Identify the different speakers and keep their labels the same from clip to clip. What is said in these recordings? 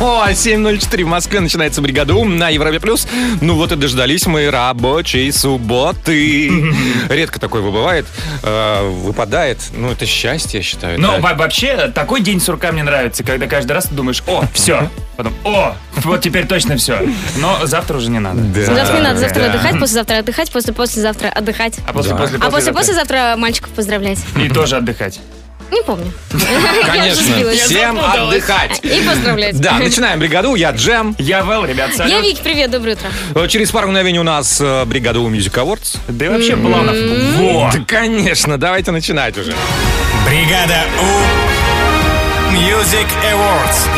Speaker 1: 7.04 в Москве начинается бригада Ум на Европе Плюс. Ну вот и дождались мы рабочей субботы. Редко такое бывает, э, выпадает. Ну это счастье, я
Speaker 2: Ну,
Speaker 1: считаю.
Speaker 3: Но
Speaker 1: да.
Speaker 3: во- вообще, э, такой день сурка мне нравится, когда каждый раз ты думаешь, о, все. Потом, о, вот теперь точно все. Но завтра уже не надо.
Speaker 1: Да.
Speaker 2: Завтра не надо, завтра
Speaker 3: Да.
Speaker 2: отдыхать, послезавтра отдыхать, после послезавтра отдыхать.
Speaker 3: А после,
Speaker 1: Да.
Speaker 3: после,
Speaker 2: А после
Speaker 3: завтра-
Speaker 2: послезавтра мальчиков поздравлять.
Speaker 3: И тоже отдыхать.
Speaker 2: Не помню. Я Э, уже
Speaker 1: Конечно,
Speaker 2: сбилась.
Speaker 1: всем отдыхать.
Speaker 2: И поздравлять.
Speaker 1: Да, начинаем бригаду. Я Джем.
Speaker 3: Я Вэл, ребят,
Speaker 2: Я
Speaker 3: салют.
Speaker 2: Вики, привет, доброе утро.
Speaker 1: Э, Через пару мгновений у нас э, бригада У Music Awards.
Speaker 3: Да и вообще планов.
Speaker 2: М-м-м.
Speaker 3: Во!
Speaker 1: Да, конечно, давайте начинать уже.
Speaker 4: Бригада У. Music Awards.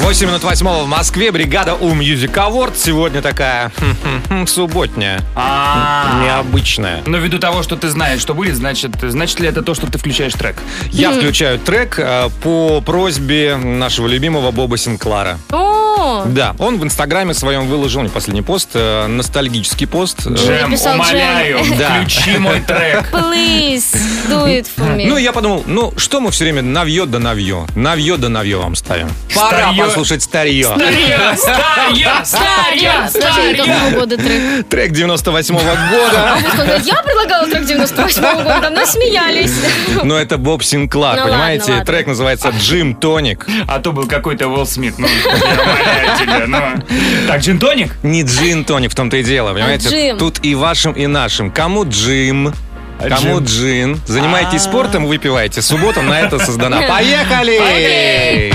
Speaker 1: 8 минут восьмого в Москве, бригада У Music Awards. Сегодня такая хм-хм-хм, субботняя,
Speaker 3: А.
Speaker 1: необычная.
Speaker 3: Но ввиду того, что ты знаешь, что будет, значит, значит ли это то, что ты включаешь трек?
Speaker 1: Я включаю трек э, по просьбе нашего любимого Боба Синклара.
Speaker 2: О,
Speaker 1: Да, он в Инстаграме своем выложил не последний пост, э, ностальгический пост. Э,
Speaker 3: Джем,
Speaker 2: написал
Speaker 3: умоляю,
Speaker 1: Джем. Да.
Speaker 3: включи мой трек.
Speaker 2: please, do it for me.
Speaker 1: Ну, я подумал, ну, что мы все время навье да навье, навье да навье вам ставим. Пора
Speaker 3: Старье.
Speaker 1: послушать старье.
Speaker 3: Старья, старья, старья,
Speaker 2: Даже не какого года трек.
Speaker 1: Трек 98 года.
Speaker 2: Вот когда я предлагала трек 98 года, но смеялись.
Speaker 1: Но это Боб Синклар,
Speaker 2: Ну ладно,
Speaker 1: понимаете?
Speaker 2: ладно.
Speaker 1: Трек называется «Джим Тоник».
Speaker 3: А то был какой-то Уилл Смит. Ну, я умоляю тебя, ну. Так, джинтоник?
Speaker 1: Не Джин Тоник, в том-то и дело, понимаете?
Speaker 2: А Джим.
Speaker 1: Тут и вашим, и нашим. Кому Джим?
Speaker 3: А
Speaker 1: Кому джин? Занимаетесь
Speaker 2: А.
Speaker 1: спортом, выпивайте. Суббота на это создана. Поехали!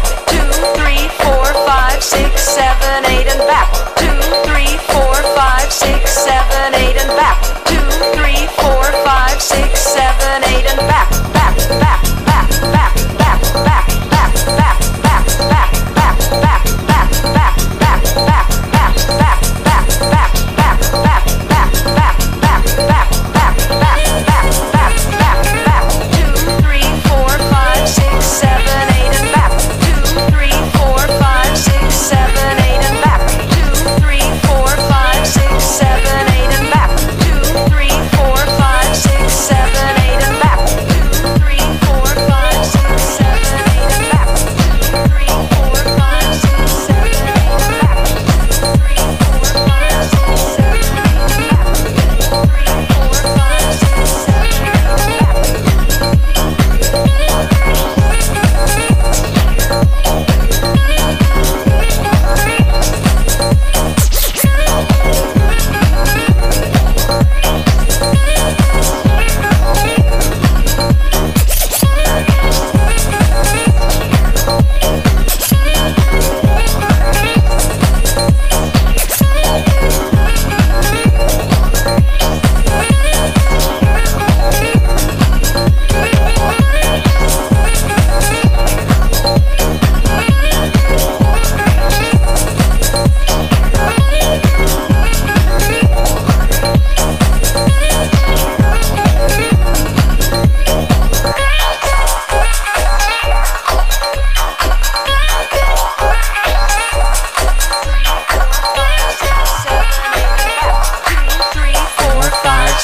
Speaker 5: Two, three, four, five, six, seven, eight, and back. Two, three, four, five, six, seven, eight, and back. Two, three, four, five, six, seven, eight, and back. Back, back, back, back, back, back, back, back, back, back, back, back, back, back, back, back, back, back, back, back, back, back, back, back, back, back, back, back, back, back, back, back. Two, three, four, five, six, seven, eight, and back. Two, three, four, five, six, seven, eight, and back. Two, three, four, five, six, seven, eight, and back. Two, three, four, five, six, seven, eight, and back. Two, three, four, five, six, seven, eight, and back. Two, three, four, five, six, seven, eight, and back. Two, three, four, five, six, seven, eight, and back. Two, three, four, five, six, seven, eight, and back.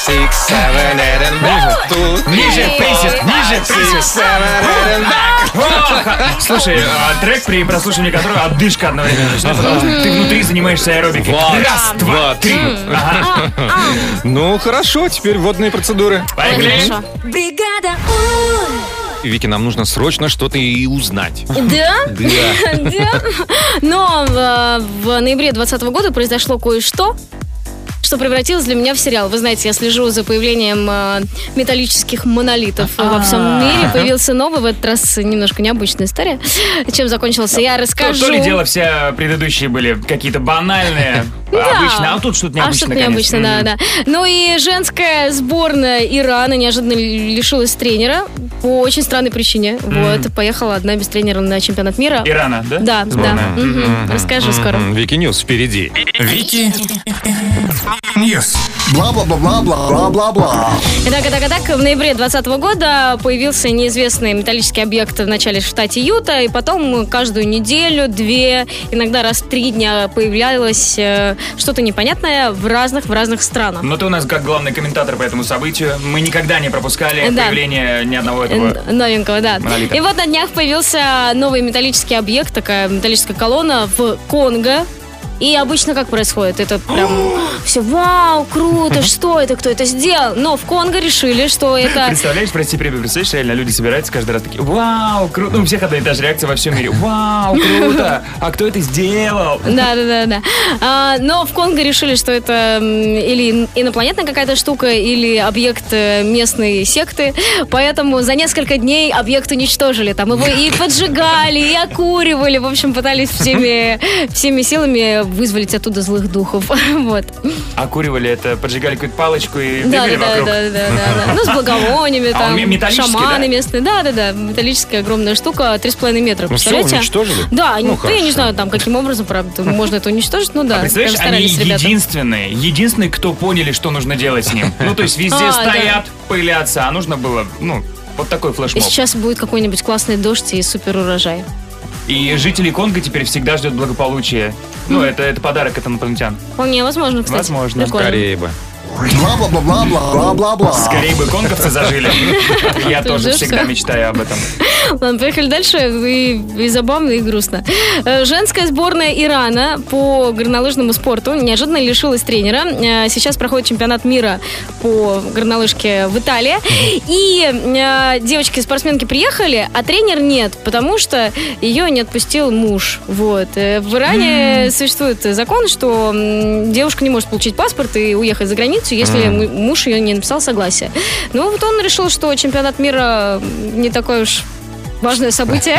Speaker 1: Six, seven, eight, and back. Two,
Speaker 3: Ниже
Speaker 1: three,
Speaker 3: присед,
Speaker 1: four,
Speaker 3: ниже
Speaker 1: five,
Speaker 3: присед.
Speaker 1: six, seven, eight, and back.
Speaker 3: Слушай, а, трек, при прослушивании которого отдышка одновременно начинается, потому что ты внутри занимаешься аэробикой.
Speaker 1: Вот,
Speaker 3: Раз, два,
Speaker 1: вот.
Speaker 3: три. Ага,
Speaker 1: Ну, хорошо, теперь водные процедуры. А,
Speaker 3: поехали.
Speaker 2: Хорошо.
Speaker 6: Бригада У.
Speaker 1: Вики, нам нужно срочно что-то и узнать.
Speaker 2: Да?
Speaker 1: Да.
Speaker 2: Да. Но э, в ноябре 2020 года произошло кое-что, что превратилось для меня в сериал. Вы знаете, я слежу за появлением э, металлических монолитов э, во всем мире. Появился новый, в этот раз немножко необычная история. Чем закончился, я
Speaker 3: Ну, То,
Speaker 2: расскажу.
Speaker 3: то ли дело все предыдущие были какие-то банальные,
Speaker 2: Да.
Speaker 3: Обычно, а тут что-то
Speaker 2: А
Speaker 3: необычное,
Speaker 2: что-то необычно,
Speaker 3: конечно.
Speaker 2: да, да. Ну и женская сборная Ирана неожиданно лишилась тренера по очень странной причине. Вот, поехала одна без тренера на чемпионат мира.
Speaker 3: Ирана, да?
Speaker 2: Да,
Speaker 3: Сборная.
Speaker 2: да. Мгм. Расскажу скоро.
Speaker 1: Вики Ньюс впереди.
Speaker 4: Вики Ньюс.
Speaker 7: Бла-бла-бла-бла-бла-бла-бла.
Speaker 2: Итак, итак, итак, в ноябре 2020 года появился неизвестный металлический объект вначале в штате Юта, и потом каждую неделю, две, иногда раз в три дня появлялось э, что-то непонятное в разных, в разных странах.
Speaker 3: Но ты у нас как главный комментатор по этому событию. Мы никогда не пропускали
Speaker 2: Да.
Speaker 3: появление ни одного этого.
Speaker 2: Н- Новенького, да.
Speaker 3: Монолита.
Speaker 2: И вот на днях появился новый металлический объект, такая металлическая колонна в Конго. И обычно как происходит? Это прям все, вау, круто, что это, кто это сделал? Но в Конго решили, что это...
Speaker 3: Представляешь, прости, привет, представляешь, реально люди собираются каждый раз такие, вау, круто. Ну, у всех одна и та же реакция во всем мире. Вау, круто. А кто это сделал?
Speaker 2: Да, да, да, да. А, но в Конго решили, что это м, или инопланетная какая-то штука, или объект э, местной секты. Поэтому за несколько дней объект уничтожили. Там его и поджигали, и окуривали. В общем, пытались всеми, всеми силами вызволить оттуда злых духов. Вот.
Speaker 3: Окуривали это, поджигали какую-то палочку и
Speaker 2: Да,
Speaker 3: бегали
Speaker 2: да, да, да,
Speaker 3: вокруг.
Speaker 2: да, да, да. Ну, с благовониями,
Speaker 3: А он ме-
Speaker 2: там,
Speaker 3: металлический, да?
Speaker 2: шаманы местные. Да, да, да. Металлическая огромная штука, 3,5 метра.
Speaker 1: Ну все,
Speaker 2: Представляете?
Speaker 1: уничтожили?
Speaker 2: Да,
Speaker 1: Ну,
Speaker 2: ну, я не
Speaker 1: хорошо.
Speaker 2: знаю, там, каким образом, правда, можно это уничтожить, ну да, прям
Speaker 3: А Представляешь, они
Speaker 2: старались ребята.
Speaker 3: единственные, единственные, кто поняли, что нужно делать с ним. Ну, то есть везде
Speaker 2: А,
Speaker 3: стоят, пылятся, а нужно было, ну, вот такой
Speaker 2: И
Speaker 3: флешмоб.
Speaker 2: сейчас будет какой-нибудь классный дождь и супер урожай.
Speaker 3: И жители Конго теперь всегда ждет благополучие. Ну, это, это подарок от инопланетян.
Speaker 2: Вполне возможно, кстати.
Speaker 3: Возможно,
Speaker 2: Прикольно.
Speaker 1: Скорее бы.
Speaker 7: Бла-бла-бла-бла-бла-бла-бла.
Speaker 3: Скорее бы конговцы зажили. Я
Speaker 2: Ты
Speaker 3: тоже
Speaker 2: ждёшь,
Speaker 3: всегда
Speaker 2: да?
Speaker 3: мечтаю об этом.
Speaker 2: Ладно, поехали дальше. И, и забавно, и грустно. Э, Женская сборная Ирана по горнолыжному спорту неожиданно лишилась тренера. Э, Сейчас проходит чемпионат мира по горнолыжке в Италии. И э, девочки-спортсменки приехали, а тренер нет, потому что ее не отпустил муж. Вот. Э, В Иране существует закон, что м, девушка не может получить паспорт и уехать за границу, если му- муж ее не написал согласие. Ну вот он решил, что чемпионат мира м, не такой уж важное событие.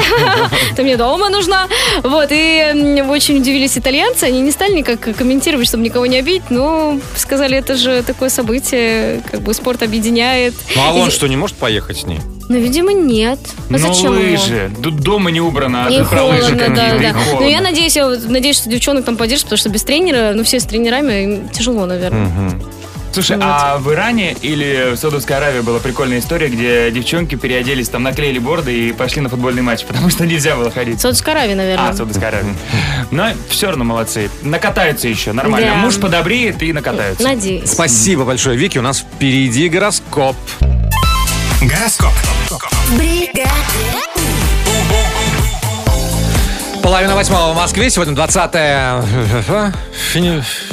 Speaker 2: Ты мне дома нужна. Вот, и м, очень удивились итальянцы. Они не стали никак комментировать, чтобы никого не обидеть. Но сказали, это же такое событие, как бы спорт объединяет.
Speaker 1: Ну а он
Speaker 2: И-
Speaker 1: что, не может поехать с ней?
Speaker 2: Ну, видимо, нет. А
Speaker 3: Ну,
Speaker 2: зачем ему?
Speaker 3: лыжи. Тут дома не убрано, а
Speaker 2: И
Speaker 3: тут про лыжи
Speaker 2: холодно, да,
Speaker 3: какие-то, и
Speaker 2: да.
Speaker 3: холодно.
Speaker 2: Но я надеюсь, я вот надеюсь, что девчонок там поддержат, потому что без тренера, ну, все с тренерами им тяжело, наверное.
Speaker 3: Слушай,
Speaker 2: Вот.
Speaker 3: а в Иране или в Саудовской Аравии была прикольная история, где девчонки переоделись, там наклеили борды и пошли на футбольный матч, потому что нельзя было ходить.
Speaker 2: Саудовская Аравия, наверное.
Speaker 3: А, Саудовская Аравия. Но все равно молодцы. Накатаются еще, нормально.
Speaker 2: Да.
Speaker 3: Муж подобреет и накатаются.
Speaker 2: Надеюсь.
Speaker 1: Спасибо большое, Вики. У нас впереди гороскоп.
Speaker 4: Гороскоп.
Speaker 6: Бригада.
Speaker 1: Половина восьмого в Москве. Сегодня 20 фе-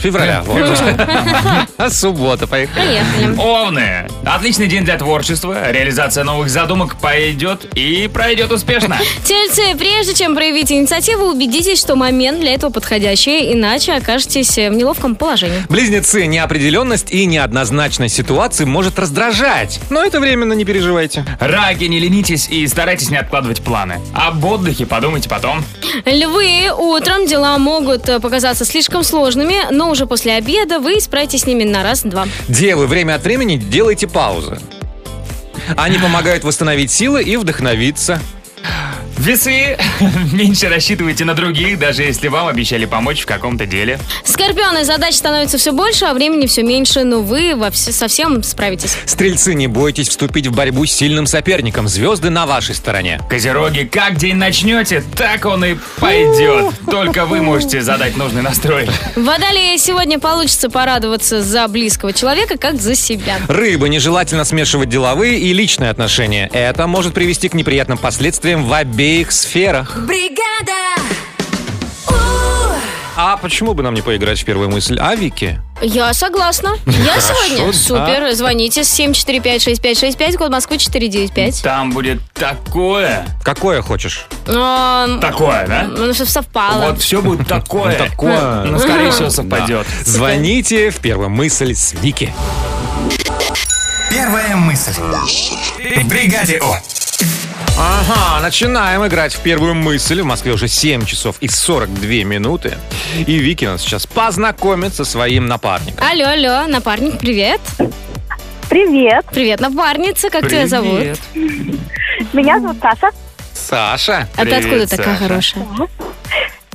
Speaker 1: февраля. Вот. Суббота. Поехали.
Speaker 2: Поехали.
Speaker 3: Овны. Отличный день для творчества. Реализация новых задумок пойдет и пройдет успешно.
Speaker 2: Тельцы, прежде чем проявить инициативу, убедитесь, что момент для этого подходящий, иначе окажетесь в неловком положении.
Speaker 1: Близнецы, неопределенность и неоднозначность ситуации может раздражать. Но это временно, не переживайте.
Speaker 3: Раки, не ленитесь и старайтесь не откладывать планы. Об отдыхе подумайте потом.
Speaker 2: Львы, утром дела могут э, показаться слишком сложными, но уже после обеда вы справитесь с ними на раз-два.
Speaker 1: Девы, время от времени делайте паузы. Они помогают восстановить силы и вдохновиться.
Speaker 3: Весы, меньше рассчитывайте на других, даже если вам обещали помочь в каком-то деле.
Speaker 2: Скорпионы, задач становится все больше, а времени все меньше, но вы во вс- совсем справитесь.
Speaker 1: Стрельцы, не бойтесь вступить в борьбу с сильным соперником. Звезды на вашей стороне.
Speaker 3: Козероги, как день начнете, так он и пойдет. Только вы можете задать нужный настрой.
Speaker 2: Водолеи, сегодня получится порадоваться за близкого человека, как за себя.
Speaker 1: Рыбы, нежелательно смешивать деловые и личные отношения. Это может привести к неприятным последствиям в обеих сферах.
Speaker 6: Бригада. У.
Speaker 1: А почему бы нам не поиграть в первую мысль? А, Вики?
Speaker 2: Я согласна. Я сегодня.
Speaker 1: да.
Speaker 2: Супер. Звоните 745-6565, код Москвы 495.
Speaker 3: Там будет такое,
Speaker 1: Какое хочешь?
Speaker 2: Эм,
Speaker 3: такое, да?
Speaker 2: Ну, чтобы совпало.
Speaker 3: Вот все будет такое.
Speaker 1: Такое.
Speaker 3: Ну, скорее всего, совпадет.
Speaker 1: Звоните в первую мысль с Вики.
Speaker 4: Первая мысль. В бригаде О.
Speaker 1: Ага, начинаем играть в первую мысль. В Москве уже 7 часов и 42 минуты. И Вики нас сейчас познакомит со своим напарником.
Speaker 2: Алло, алло, напарник, привет.
Speaker 7: Привет,
Speaker 2: Привет, напарница, как тебя
Speaker 3: Привет.
Speaker 2: зовут?
Speaker 7: меня зовут Саша,
Speaker 1: Саша.
Speaker 2: А ты
Speaker 3: Привет,
Speaker 2: откуда такая
Speaker 3: Саша.
Speaker 2: хорошая?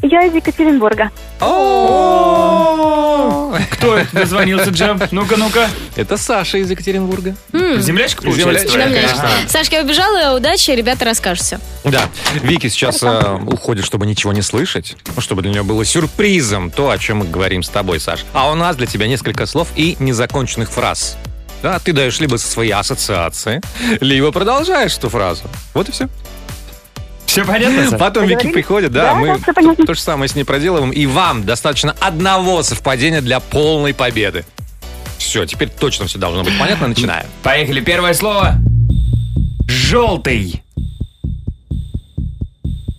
Speaker 7: я из Екатеринбурга.
Speaker 1: О!
Speaker 3: Кто это дозвонился, Джем? Ну-ка, ну-ка.
Speaker 1: Это Саша из Екатеринбурга.
Speaker 2: Хм.
Speaker 3: Землячка получается?
Speaker 1: Землячка.
Speaker 3: твоя?
Speaker 1: Землячка.
Speaker 3: Ага.
Speaker 2: Сашка, я убежала, удачи, ребята расскажут все.
Speaker 1: Да, Вики сейчас э, уходит, чтобы ничего не слышать, ну, чтобы для нее было сюрпризом то, о чем мы говорим с тобой, Саш. А у нас для тебя несколько слов и незаконченных фраз. Да, ты даешь либо свои ассоциации, либо продолжаешь эту фразу. Вот и все.
Speaker 3: Все понятно, Саш?
Speaker 1: Потом Вики
Speaker 7: Договорились?
Speaker 1: приходит, да,
Speaker 7: Да,
Speaker 1: мы
Speaker 7: да, всё понятно.
Speaker 1: то же самое с ней проделываем, и вам достаточно одного совпадения для полной победы. Все, теперь точно все должно быть понятно, начинаем.
Speaker 3: Поехали, первое слово. Желтый.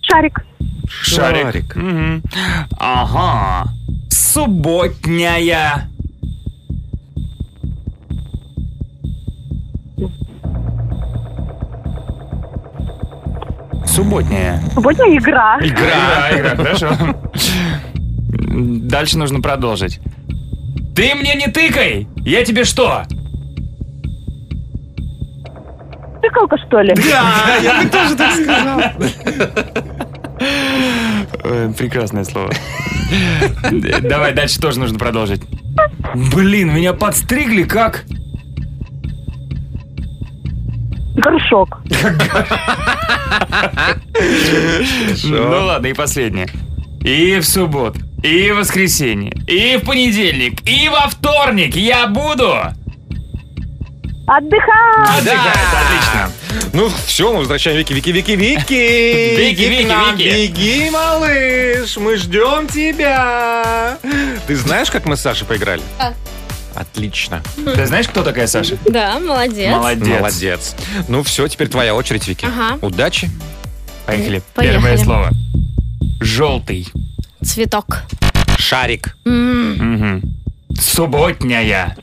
Speaker 7: Шарик,
Speaker 3: Шарик.
Speaker 1: М-м,
Speaker 3: Мгм. Ага. Субботняя. Субботняя.
Speaker 7: субботняя игра,
Speaker 3: Игра, игра, хорошо. Дальше нужно продолжить. Ты мне не тыкай! Я тебе что?
Speaker 7: тыкалка что ли?
Speaker 3: Э, Прекрасное слово. Давай, дальше тоже нужно продолжить. Блин, меня подстригли как...
Speaker 7: Горшок,
Speaker 3: Ну ладно, и последнее. И в субботу, и в воскресенье, и в понедельник, и во вторник я буду...
Speaker 7: отдыхай,
Speaker 3: Отдыхать, отлично.
Speaker 1: Ну все, мы возвращаем Вики, Вики, Вики, Вики!
Speaker 3: Вики,
Speaker 1: Иди к
Speaker 3: Вики,
Speaker 1: нам,
Speaker 3: Вики.
Speaker 1: Беги, малыш, мы ждем тебя! Ты знаешь, как мы с Сашей поиграли?
Speaker 2: Да.
Speaker 1: Отлично.
Speaker 3: Ты знаешь, кто такая Саша?
Speaker 2: Да, Хм. молодец.
Speaker 1: Молодец. Ну все, теперь твоя очередь, Вики.
Speaker 2: Ага.
Speaker 1: Удачи.
Speaker 3: Поехали.
Speaker 2: Поехали.
Speaker 3: Первое слово. Желтый.
Speaker 2: Цветок.
Speaker 1: Шарик.
Speaker 2: М,
Speaker 3: Субботняя.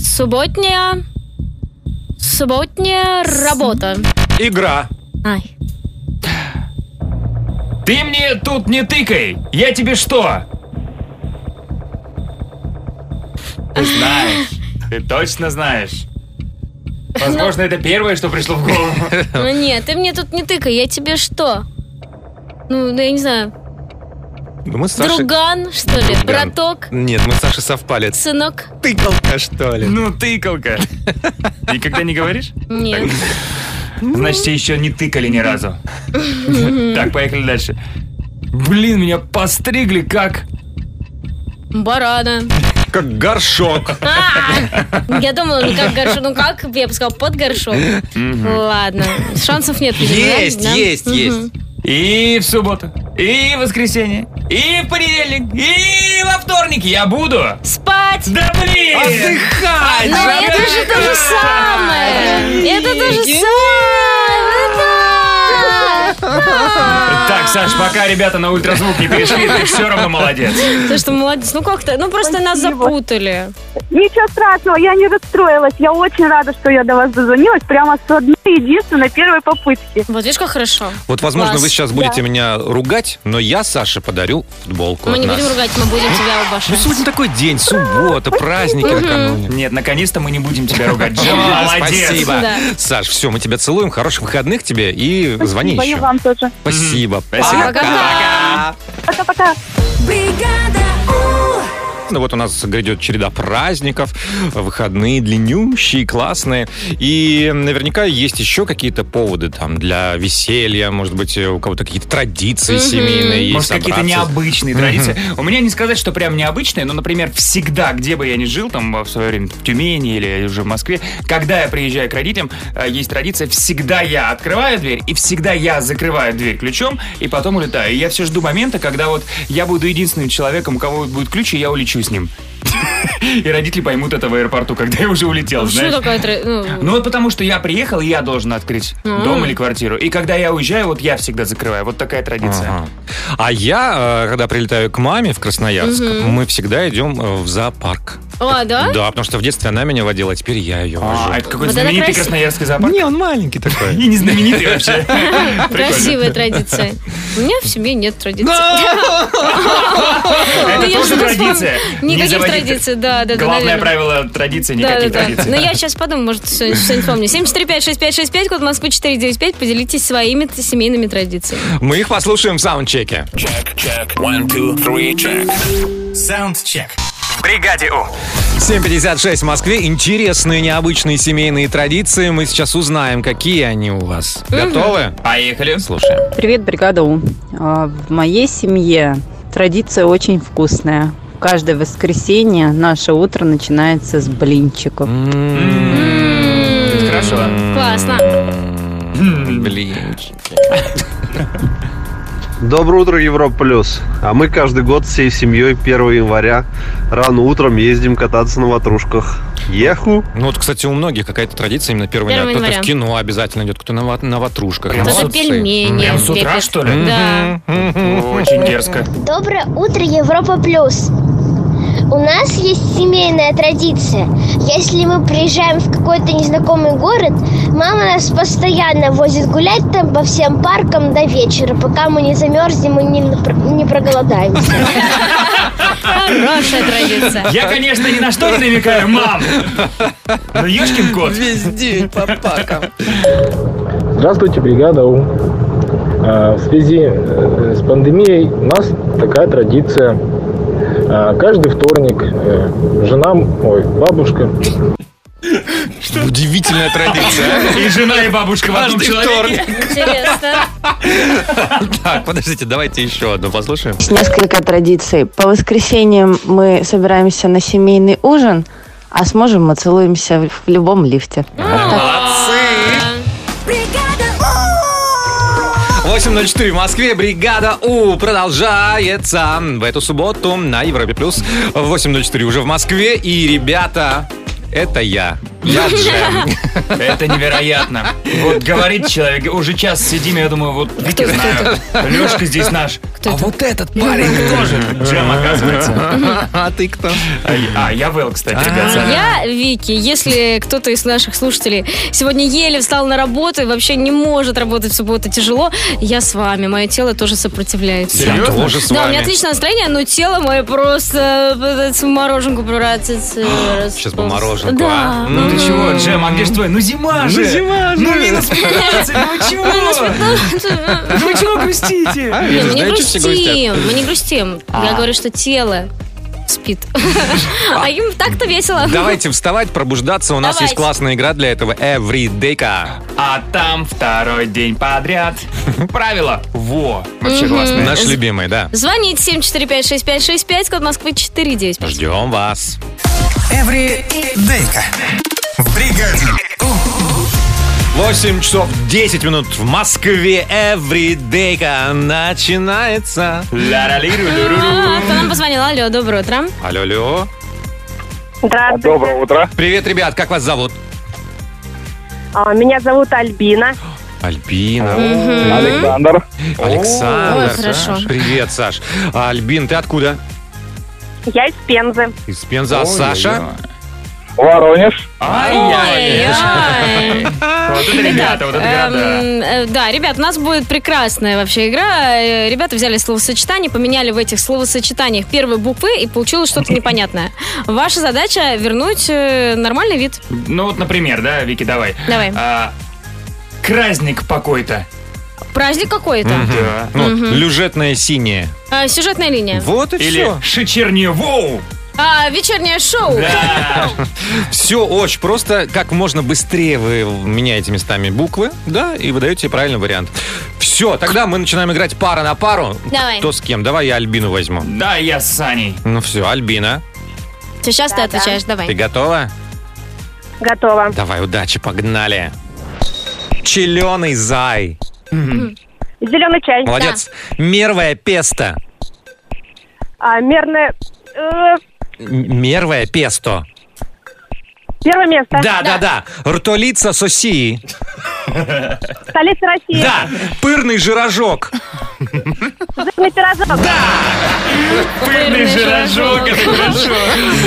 Speaker 2: Субботняя. Субботняя работа.
Speaker 1: Игра.
Speaker 2: Ай.
Speaker 3: Ты мне тут не тыкай! Я тебе что? Ты знаешь. Ты точно знаешь. Возможно, это первое, что пришло в голову.
Speaker 2: Ну нет, ты мне тут не тыкай, я тебе что? Ну, ну, я не знаю.
Speaker 1: Ну, мы с Сашей...
Speaker 2: Друган, что ли?
Speaker 1: Друган.
Speaker 2: Браток?
Speaker 1: Нет, мы с Сашей совпали.
Speaker 2: Сынок?
Speaker 1: Тыкалка, что ли?
Speaker 3: Ну, тыкалка. Никогда не говоришь?
Speaker 2: Нет.
Speaker 3: Значит, тебе еще не тыкали ни разу. Так, поехали дальше. Блин, меня постригли как...
Speaker 2: Барана.
Speaker 1: Как горшок.
Speaker 2: А! Я думала, ну как горшок, ну как, я бы сказала, под горшок. Ладно, шансов нет. видимо, да?
Speaker 1: Есть,
Speaker 2: Да?
Speaker 1: есть,
Speaker 2: Мгм.
Speaker 1: есть.
Speaker 3: И в субботу, и в воскресенье, и в понедельник, и во вторник я буду...
Speaker 2: Спать!
Speaker 3: Да блин!
Speaker 1: Отдыхать!
Speaker 2: Ну, это же то же самое! Это то же самое! Да!
Speaker 3: Так, Саш, пока ребята на ультразвук не перешли, ты все равно молодец.
Speaker 2: Ты что, молодец. Ну как-то, ну просто нас
Speaker 7: Спасибо.
Speaker 2: запутали.
Speaker 7: ничего страшного, я не расстроилась, я очень рада, что я до вас дозвонилась, прямо с одной единственной первой попытки.
Speaker 2: Вот видишь, как хорошо.
Speaker 1: Вот, возможно,
Speaker 2: Класс.
Speaker 1: вы сейчас будете меня ругать, но я Саше подарю футболку.
Speaker 2: Мы
Speaker 1: от
Speaker 2: не
Speaker 1: нас.
Speaker 2: будем ругать, мы будем тебя
Speaker 1: Ну,
Speaker 2: обожать.
Speaker 1: сегодня такой день, суббота, праздники накануне.
Speaker 3: Нет, наконец-то мы не будем тебя ругать. Джем, молодец.
Speaker 1: Спасибо.
Speaker 2: Да.
Speaker 1: Саш, все, мы тебя целуем. Хороших выходных тебе и звони
Speaker 7: Спасибо, и
Speaker 1: еще.
Speaker 7: вам тоже.
Speaker 1: Спасибо.
Speaker 2: А
Speaker 3: Спасибо.
Speaker 7: Пока-пока.
Speaker 6: бригада У,
Speaker 1: Ну вот у нас грядет череда праздников, выходные длиннющие, классные. И наверняка есть еще какие-то поводы там для веселья, может быть, у кого-то какие-то традиции семейные есть.
Speaker 3: Может, какие-то
Speaker 1: собраться.
Speaker 3: необычные традиции. У меня не сказать, что прям необычные, но, например, всегда, где бы я ни жил, там, в свое время, в Тюмени или уже в Москве, когда я приезжаю к родителям, э, есть традиция, всегда я открываю дверь, и всегда я закрываю дверь ключом, и потом улетаю. И я все жду момента, когда вот я буду единственным человеком, у кого будет ключ, и я улечу с ним. И родители поймут это в аэропорту, когда я уже улетел,
Speaker 2: Что
Speaker 3: знаешь.
Speaker 2: такое? тре- ну,
Speaker 3: Ну вот потому что я приехал, и я должен открыть дом или квартиру. И когда я уезжаю, вот я всегда закрываю. Вот такая традиция.
Speaker 1: Ага. А я, э, когда прилетаю к маме в Красноярск, мы всегда идем э, в зоопарк.
Speaker 2: А, да?
Speaker 1: Да, потому что в детстве она меня водила, а теперь я ее вожу.
Speaker 3: А, это какой-то
Speaker 2: Вот это
Speaker 3: знаменитый
Speaker 2: красиво.
Speaker 3: красноярский зоопарк.
Speaker 1: Не, он маленький такой.
Speaker 3: И не знаменитый вообще. Прикольно.
Speaker 2: Красивая традиция. У меня в семье нет традиции.
Speaker 3: Это
Speaker 2: Ну, я
Speaker 3: тоже
Speaker 2: что-то
Speaker 3: традиция.
Speaker 2: вспомнила.
Speaker 3: Не
Speaker 2: Никаких
Speaker 3: заводить.
Speaker 2: традиций, да, да, да.
Speaker 3: Главное
Speaker 2: наверное.
Speaker 3: правило традиции,
Speaker 2: Да, да,
Speaker 3: никаких
Speaker 2: да. Ну
Speaker 3: традиций.
Speaker 2: Но я сейчас подумаю, может, сегодня что-нибудь помню. 745-6565, код Москвы 495. Поделитесь своими т- семейными традициями.
Speaker 1: Мы их послушаем в саундчеке.
Speaker 4: Саундчек.
Speaker 1: 7.56 в Москве. Интересные, необычные семейные традиции. Мы сейчас узнаем, какие они у вас. Готовы?
Speaker 3: Поехали.
Speaker 1: Слушаем.
Speaker 8: Привет, бригада У. А, В моей семье традиция очень вкусная. Каждое воскресенье наше утро начинается с блинчиков.
Speaker 1: М-м-м.
Speaker 3: Это Хорошо.
Speaker 2: Классно.
Speaker 1: Блин.
Speaker 9: Доброе утро, Европа Плюс. А мы каждый год всей семьей 1 января рано утром ездим кататься на ватрушках. Еху!
Speaker 1: Ну вот, кстати, у многих какая-то традиция именно 1
Speaker 2: 1
Speaker 1: января. Кто-то
Speaker 2: января.
Speaker 1: в кино обязательно идет, кто-то на, ват- на ватрушках.
Speaker 3: Прям
Speaker 2: Кто-то
Speaker 1: Молодцы.
Speaker 2: пельмени.
Speaker 3: Прям с утра,
Speaker 2: лепит.
Speaker 3: что ли?
Speaker 2: Да.
Speaker 3: Очень дерзко.
Speaker 10: Доброе утро, Европа Плюс! У нас есть семейная традиция. Если мы приезжаем в какой-то незнакомый город, мама нас постоянно возит гулять там по всем паркам до вечера, пока мы не замерзнем и не, напр- не проголодаемся.
Speaker 2: Хорошая традиция.
Speaker 3: Я, конечно, ни на что не намекаю, мам. Ну, ешкин кот.
Speaker 11: Здравствуйте, бригада У. Э, В связи э, с пандемией у нас такая традиция. Э, Каждый вторник э, жена, м- ой, бабушка
Speaker 1: Удивительная традиция.
Speaker 3: И жена, и бабушка в одном человеке.
Speaker 2: Интересно.
Speaker 1: Так, подождите, давайте еще одну послушаем.
Speaker 8: Есть несколько традиций. По воскресеньям мы собираемся на семейный ужин, а с мужем мы целуемся в любом лифте.
Speaker 2: А,
Speaker 1: 8.04 в Москве. Бригада У продолжается в эту субботу на Европе+. плюс. 8.04 уже в Москве. И, ребята, это я. Я Джем.
Speaker 3: Это невероятно. Вот говорит человек, уже час сидим, я думаю, вот Витя знаю. Лешка здесь наш. а вот этот парень тоже джем, оказывается.
Speaker 1: А ты кто?
Speaker 3: А я- А, я Вэл, кстати, ребят. сами.
Speaker 2: Я, Вики, если кто-то из наших слушателей сегодня еле встал на работу и вообще не может работать в субботу, тяжело, я с вами. Мое тело тоже сопротивляется.
Speaker 1: Я тоже с
Speaker 2: Да, у меня
Speaker 1: вами.
Speaker 2: отличное настроение, но тело мое просто э, в мороженку превратится.
Speaker 1: А, Сейчас бы мороженку,
Speaker 2: Да.
Speaker 1: а?
Speaker 3: Ну
Speaker 1: М,
Speaker 3: ты чего, Джем, а где ж твой? Ну зима же! Ну зима же! Ну минус 15, ну вы чего? Ну вы чего грустите?
Speaker 2: Не,
Speaker 1: видишь,
Speaker 2: мы не
Speaker 1: да, чуть все грустят.
Speaker 2: грустим, мы не грустим.
Speaker 1: А.
Speaker 2: Я говорю, что тело спит. А им так-то весело.
Speaker 1: Давайте вставать, пробуждаться. У нас
Speaker 2: Давайте.
Speaker 1: есть классная игра для этого. Everydayка.
Speaker 3: А там второй день подряд. Правило. Во. Вообще классно.
Speaker 1: Наш любимый, да.
Speaker 2: Звоните 745-6565, код Москвы 495.
Speaker 1: Ждем вас.
Speaker 4: Эври Дейка. В бригаде.
Speaker 1: 8 часов 10 минут в Москве. Everydayка начинается.
Speaker 3: Ля-ля-ли-ру-ру-ру.
Speaker 2: А, Кто нам позвонил? Алло, доброе утро.
Speaker 1: Алло, алло.
Speaker 7: Здравствуйте.
Speaker 11: Доброе утро.
Speaker 1: Привет, ребят, как вас зовут?
Speaker 7: А, Меня зовут Альбина.
Speaker 1: Альбина.
Speaker 11: Александр.
Speaker 1: Александр.
Speaker 2: Ой, хорошо.
Speaker 1: Саш, Привет, Саш. А, Альбин, ты откуда?
Speaker 7: Я из Пензы.
Speaker 1: Из Пенза. А Саша?
Speaker 11: Воронеж.
Speaker 3: Ай-яй.
Speaker 2: Ой-ой.
Speaker 3: Вот это ребята, вот это города.
Speaker 2: Эм, э, Да, ребят, у нас будет прекрасная вообще игра. Э, Ребята взяли словосочетание, поменяли в этих словосочетаниях первые буквы, и получилось что-то непонятное. Ваша задача вернуть э, нормальный вид.
Speaker 3: Ну вот, например, да, Вики, давай.
Speaker 2: Давай.
Speaker 3: А, Кразник какой-то.
Speaker 2: Праздник какой-то.
Speaker 3: Да.
Speaker 1: Ну, Люжетное синее.
Speaker 2: А, Сюжетная линия.
Speaker 1: Вот и
Speaker 3: Или
Speaker 1: все.
Speaker 3: шичернее воу.
Speaker 2: А, Вечернее шоу.
Speaker 3: Да.
Speaker 1: Все очень просто. Как можно быстрее вы меняете местами буквы, да, и выдаете правильный вариант. Все, тогда мы начинаем играть пара на пару.
Speaker 2: Давай.
Speaker 1: Кто с кем? Давай я Альбину возьму.
Speaker 3: Да, я с Саней.
Speaker 1: Ну все, Альбина,
Speaker 2: Сейчас ты отвечаешь,
Speaker 1: ты
Speaker 2: давай.
Speaker 1: готова?
Speaker 7: Готова.
Speaker 1: Давай, удачи, погнали. Челеный зай.
Speaker 7: Зеленый чай.
Speaker 1: Молодец. Мервое песто.
Speaker 7: А, мерное... э,
Speaker 1: М- Мервое песто.
Speaker 7: Первое место.
Speaker 1: Да, да, да. Ртолица сосии.
Speaker 7: Столица России.
Speaker 1: Да. Пырный жирожок.
Speaker 7: Жирный пирожок.
Speaker 3: Пыльный жирожок, это хорошо.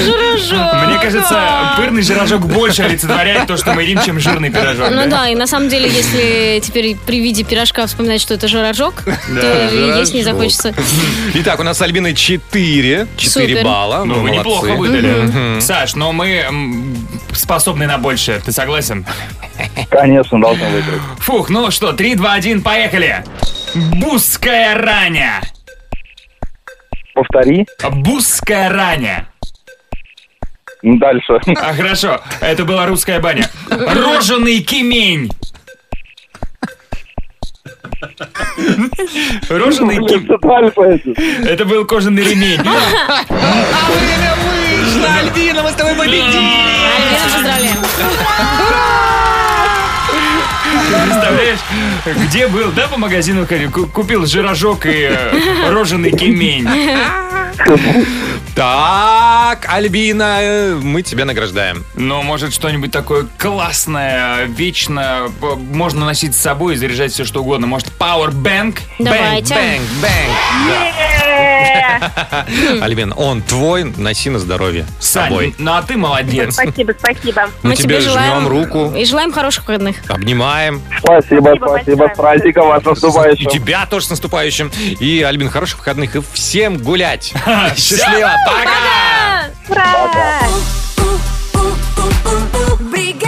Speaker 2: Жирожок.
Speaker 3: Мне кажется, пырный жирожок больше олицетворяет то, что мы едим, чем жирный пирожок.
Speaker 2: Ну да, и на самом деле, если теперь при виде пирожка вспоминать, что это жирожок, то и есть не захочется.
Speaker 1: Итак, у нас с Альбиной 4. 4
Speaker 2: Супер.
Speaker 1: балла.
Speaker 3: Ну, вы
Speaker 1: молодцы.
Speaker 3: неплохо выдали.
Speaker 1: Мгм.
Speaker 3: Саш, но мы м, способны на больше. Ты согласен?
Speaker 12: Конечно, должен выиграть.
Speaker 3: Фух, ну что, 3, 2, 1, поехали. Бузская раня.
Speaker 12: Повтори.
Speaker 3: Бузская раня.
Speaker 12: Дальше.
Speaker 3: А, хорошо, это была русская баня. Роженый кемень. Роженый кемень. Это был кожаный ремень.
Speaker 1: А Вышло, Альбина, мы с тобой победили!
Speaker 2: Альбина, поздравляем.
Speaker 3: Представляешь, где был, да, по магазину ходил, ку- купил жирожок и э, роженый кемень.
Speaker 1: Так, Альбина, э, мы тебя награждаем.
Speaker 3: Но может что-нибудь такое классное, вечно э, можно носить с собой и заряжать все что угодно. Может, Power Bank?
Speaker 1: Давайте.
Speaker 3: Бэнк,
Speaker 7: Э,
Speaker 1: Альбин, он твой, носи на здоровье. С собой.
Speaker 3: Ну а ты молодец.
Speaker 7: Спасибо, спасибо.
Speaker 1: Мы тебе жмем руку,
Speaker 2: И желаем хороших выходных.
Speaker 1: обнимаем.
Speaker 12: Спасибо, спасибо. С праздником вас
Speaker 1: И
Speaker 12: наступающим.
Speaker 1: тебя тоже с наступающим. И, Альбин, хороших выходных и всем гулять. Счастливо, пока!
Speaker 6: Бригада!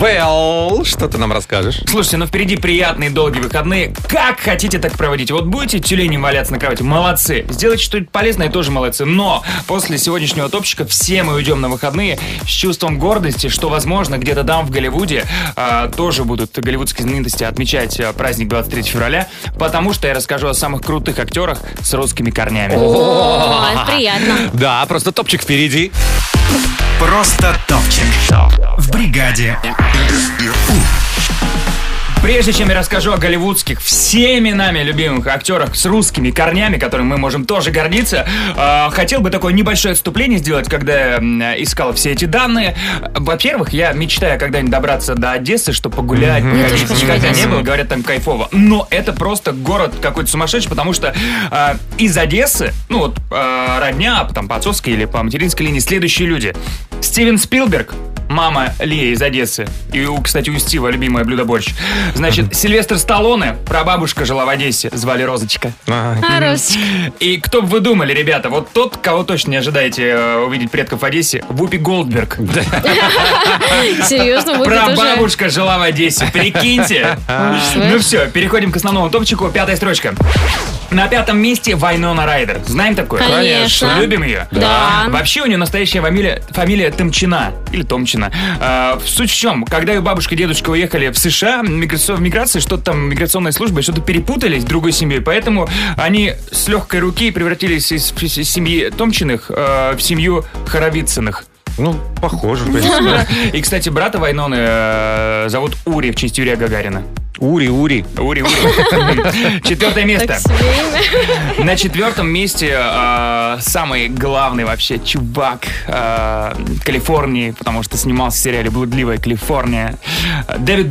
Speaker 1: Well, что ты нам расскажешь?
Speaker 3: Слушайте, ну впереди приятные долгие выходные. Как хотите, так проводите. Вот будете тюленем валяться на кровати, молодцы. Сделайте что-нибудь полезное, тоже молодцы. Но после сегодняшнего топчика все мы уйдем на выходные с чувством гордости, что, возможно, где-то там в Голливуде а, тоже будут голливудские знаменитости отмечать а, праздник 23 февраля, потому что я расскажу о самых крутых актерах с русскими корнями.
Speaker 2: О, это приятно.
Speaker 1: Да, просто топчик впереди.
Speaker 4: Просто топчик. В бригаде.
Speaker 3: Прежде чем я расскажу о голливудских всеми нами любимых актерах с русскими корнями, которым мы можем тоже гордиться, э, хотел бы такое небольшое отступление сделать, когда я м, э, искал все эти данные. Во-первых, я мечтаю когда-нибудь добраться до Одессы, чтобы погулять,
Speaker 1: Мгм. Я тоже
Speaker 3: походить.
Speaker 1: хочу в
Speaker 3: Никогда не
Speaker 1: Одессу.
Speaker 3: был, Э, говорят, там кайфово. Но это просто город какой-то сумасшедший, потому что э, из Одессы, ну вот э, родня, там по отцовской или по материнской линии, следующие люди. Стивен Спилберг, мама Лия из Одессы. И, у, кстати, у Стива любимое блюдо борщ. Значит, Сильвестр Сталлоне, прабабушка жила в Одессе, звали Розочка.
Speaker 2: А, Розочка.
Speaker 3: И кто бы вы думали, ребята, вот тот, кого точно не ожидаете э, увидеть предков в Одессе, Вупи Голдберг.
Speaker 2: Серьезно, Вупи тоже?
Speaker 3: Прабабушка жила в Одессе, прикиньте. Ну все, переходим к основному топчику, пятая строчка. На пятом месте Вайнона Райдер. Знаем такое?
Speaker 1: Конечно. Конечно.
Speaker 3: Любим ее?
Speaker 1: Да.
Speaker 3: Вообще у нее настоящая фамилия, фамилия Томчина. Или Томчина. А, в суть в чем, когда ее бабушка и дедушка уехали в США, миграцион- в миграции, что-то там, миграционные службы, что-то перепутались с другой семьей. Поэтому они с легкой руки превратились из, из семьи Томчиных э, в семью Хоровицыных.
Speaker 1: Ну, похоже, в
Speaker 3: Да.
Speaker 1: принципе.
Speaker 3: И, кстати, брата Вайноны э, зовут Ури в честь Юрия Гагарина.
Speaker 1: Ури, Ури.
Speaker 3: Ури, Ури. Четвертое место. На четвертом месте э, самый главный вообще чувак э, Калифорнии, потому что снимался в сериале «Блудливая Калифорния». Э, Дэвид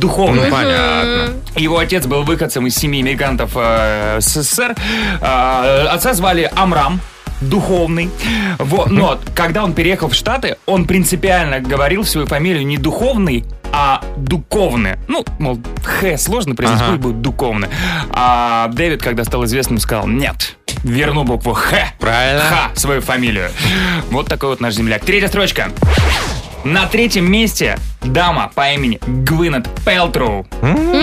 Speaker 1: Ну,
Speaker 3: Духовный.
Speaker 1: понятно.
Speaker 3: Его отец был выходцем из семьи иммигрантов э, СССР. Э, отца звали Амрам. Духовный. Вот, но когда он переехал в Штаты, он принципиально говорил свою фамилию не духовный, а дуковный. Ну, мол, Х сложно произнести,
Speaker 1: Ага.
Speaker 3: пусть будет дуковный. А Дэвид, когда стал известным, сказал, нет, верну букву Х.
Speaker 1: Правильно.
Speaker 3: Ха, свою фамилию. Вот такой вот наш земляк. Третья строчка. На третьем месте дама по имени Гвинет Пелтроу.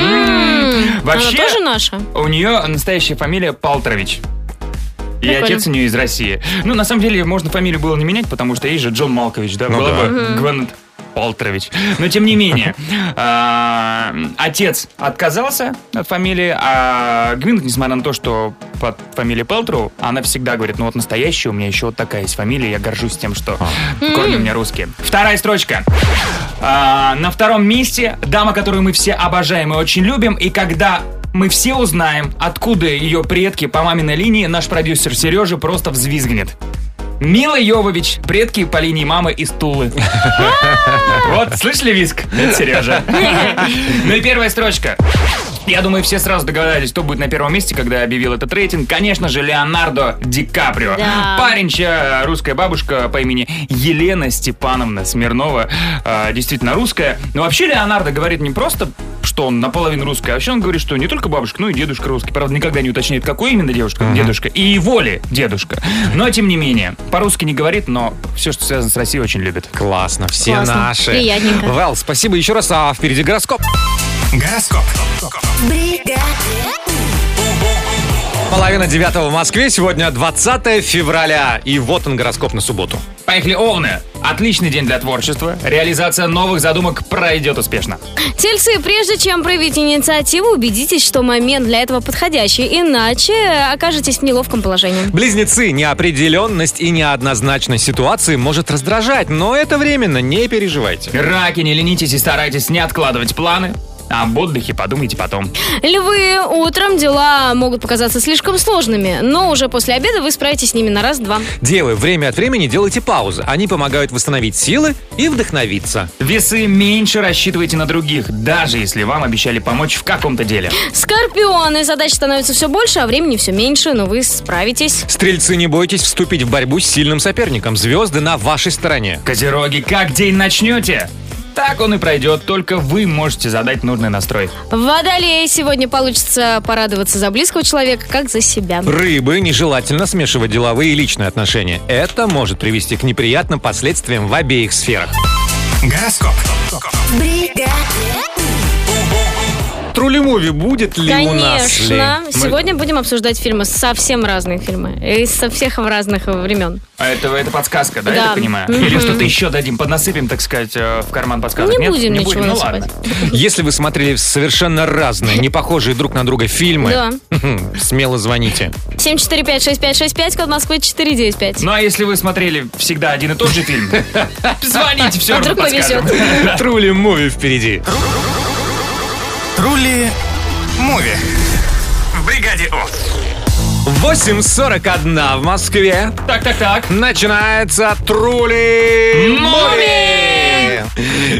Speaker 2: М,
Speaker 3: Вообще-
Speaker 2: М-м. Она тоже наша?
Speaker 3: У нее настоящая фамилия Палтрович. И
Speaker 2: Прикольно.
Speaker 3: отец у нее из России. Ну, на самом деле, можно фамилию было не менять, потому что ей же Джон Малкович, да,
Speaker 1: Ну
Speaker 3: было
Speaker 1: да.
Speaker 3: бы
Speaker 1: Мгм.
Speaker 3: Гвенет Палтрович. Но тем не менее, а, отец отказался от фамилии, а Гвинет, несмотря на то, что под фамилией Пелтру, она всегда говорит, ну вот настоящая у меня еще вот такая есть фамилия, я горжусь тем, что
Speaker 1: А.
Speaker 3: корни у меня русские. Вторая строчка. А, на втором месте дама, которую мы все обожаем и очень любим. И когда мы все узнаем, откуда ее предки по маминой линии, наш продюсер Сережа просто взвизгнет. Мила Йовович, предки по линии мамы из Тулы. Вот, слышали виск? Это Сережа. Ну и первая строчка. Я думаю, все сразу догадались, кто будет на первом месте, когда я объявил этот рейтинг. Конечно же, Леонардо Ди Каприо.
Speaker 13: Да.
Speaker 3: Парень, чья русская бабушка по имени Елена Степановна Смирнова. э, действительно русская. Но вообще Леонардо говорит не просто, что он наполовину русский, а вообще он говорит, что не только бабушка, но и дедушка русский. Правда, никогда не уточняет, какой именно девушка, дедушка. И его ли дедушка. Но, тем не менее, по-русски не говорит, но все, что связано с Россией, очень любит.
Speaker 1: Классно, все
Speaker 3: Классно.
Speaker 1: наши.
Speaker 3: Приятненько.
Speaker 1: Вэл, спасибо еще раз, а впереди гороскоп.
Speaker 4: Гороскоп.
Speaker 1: Половина девятого в Москве, сегодня 20 февраля, и вот он гороскоп на субботу.
Speaker 3: Поехали, Овны! Отличный день для творчества. Реализация новых задумок пройдет успешно.
Speaker 2: Тельцы, прежде чем проявить инициативу, убедитесь, что момент для этого подходящий, иначе окажетесь в неловком положении.
Speaker 1: Близнецы, неопределенность и неоднозначность ситуации может раздражать, но это временно, не переживайте.
Speaker 3: Раки, не ленитесь и старайтесь не откладывать планы. А Об отдыхе подумайте потом.
Speaker 2: Львы, утром дела могут показаться слишком сложными, но уже после обеда вы справитесь с ними на раз-два.
Speaker 1: Девы, время от времени делайте паузы. Они помогают восстановить силы и вдохновиться.
Speaker 3: Весы меньше рассчитывайте на других, даже если вам обещали помочь в каком-то деле.
Speaker 2: Скорпионы, задач становится все больше, а времени все меньше, но вы справитесь.
Speaker 1: Стрельцы, не бойтесь вступить в борьбу с сильным соперником. Звезды на вашей стороне.
Speaker 3: Козероги, как день начнете? Так он и пройдет, только вы можете задать нужный настрой.
Speaker 2: Водолеи, сегодня получится порадоваться за близкого человека, как за себя.
Speaker 1: Рыбы нежелательно смешивать деловые и личные отношения. Это может привести к неприятным последствиям в обеих сферах.
Speaker 4: Гороскоп.
Speaker 1: Трулимуви будет ли у нас? ли?
Speaker 2: Конечно.
Speaker 1: Мы-
Speaker 2: Сегодня будем обсуждать фильмы, совсем разные фильмы, и со всех э, времен. времен.
Speaker 3: А это, это подсказка, да, я
Speaker 2: Да.
Speaker 3: так понимаю?
Speaker 2: Мгм.
Speaker 3: Или что-то еще дадим, поднасыпем, так сказать, э, в карман подсказок?
Speaker 2: Не
Speaker 3: Нет?
Speaker 2: будем
Speaker 3: не
Speaker 2: ничего
Speaker 3: будем, ну
Speaker 2: насыпать.
Speaker 3: ладно.
Speaker 1: Если вы смотрели совершенно разные, не похожие друг на друга фильмы,
Speaker 2: Да.
Speaker 1: смело звоните.
Speaker 2: 7456565, код Москвы 495.
Speaker 3: Ну а если вы смотрели всегда один и тот же фильм, звоните, все равно
Speaker 2: А Вдруг повезет.
Speaker 3: подскажем.
Speaker 1: Трули муви впереди.
Speaker 4: Трули Муви. В бригаде О.
Speaker 1: 8.41 в Москве.
Speaker 3: Так, так, так.
Speaker 1: Начинается Трули
Speaker 3: Муви!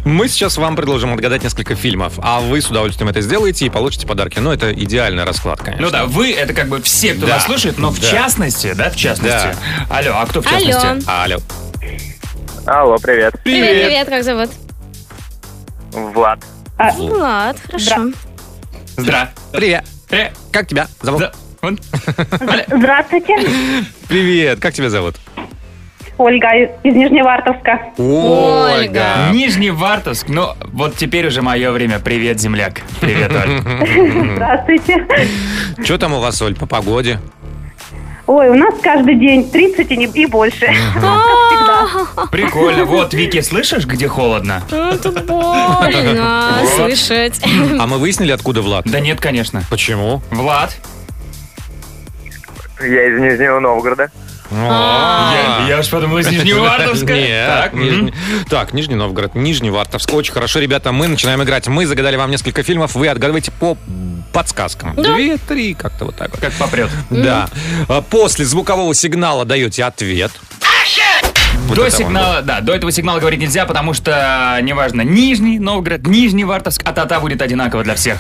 Speaker 1: Мы сейчас вам предложим отгадать несколько фильмов, а вы с удовольствием это сделаете и получите подарки. Ну, это идеальная раскладка.
Speaker 3: Ну да, вы это как бы все, кто
Speaker 1: Да.
Speaker 3: нас слушает, но в
Speaker 1: Да.
Speaker 3: частности, да, в частности. Алло, а кто в
Speaker 2: Алло.
Speaker 3: частности?
Speaker 1: Алло.
Speaker 12: Алло, привет.
Speaker 2: Привет, Э, привет, как зовут?
Speaker 12: Влад.
Speaker 2: Влад, хорошо.
Speaker 3: Здра. Э.
Speaker 1: Привет.
Speaker 3: Привет.
Speaker 1: Как тебя зовут?
Speaker 7: Здравствуйте,
Speaker 1: Привет. Как тебя зовут?
Speaker 7: Ольга из Нижневартовска.
Speaker 1: Ольга.
Speaker 3: Нижний Вартовск. Ну, вот теперь уже мое время. Привет, земляк. Привет, Оль.
Speaker 7: Здравствуйте.
Speaker 1: Что там у вас, Оль, по погоде?
Speaker 7: Ой, у нас каждый день 30 и, не- и больше.
Speaker 3: Прикольно. Вот, Вики, слышишь, где холодно?
Speaker 2: Ну, Это больно
Speaker 3: Вот.
Speaker 2: слышать.
Speaker 1: А мы выяснили, откуда Влад?
Speaker 3: Да нет, конечно.
Speaker 1: Почему?
Speaker 3: Влад.
Speaker 12: Я из Нижнего Новгорода.
Speaker 3: Я я уж подумал, из Нижневартовска.
Speaker 1: А. Нет.
Speaker 3: Так,
Speaker 1: Нижний-
Speaker 3: мгм.
Speaker 1: Так, Нижний Новгород, Нижневартовск. Очень хорошо, ребята, мы начинаем играть. Мы загадали вам несколько фильмов, вы отгадываете по подсказкам. Две, три, как-то вот так вот.
Speaker 3: Как попрет.
Speaker 1: Да. А После звукового сигнала даете ответ. Вот
Speaker 3: до
Speaker 1: это он
Speaker 3: сигнала, да, до этого сигнала говорить нельзя, потому что, неважно, Нижний Новгород, Нижний Вартовск, а та будет одинаково для всех.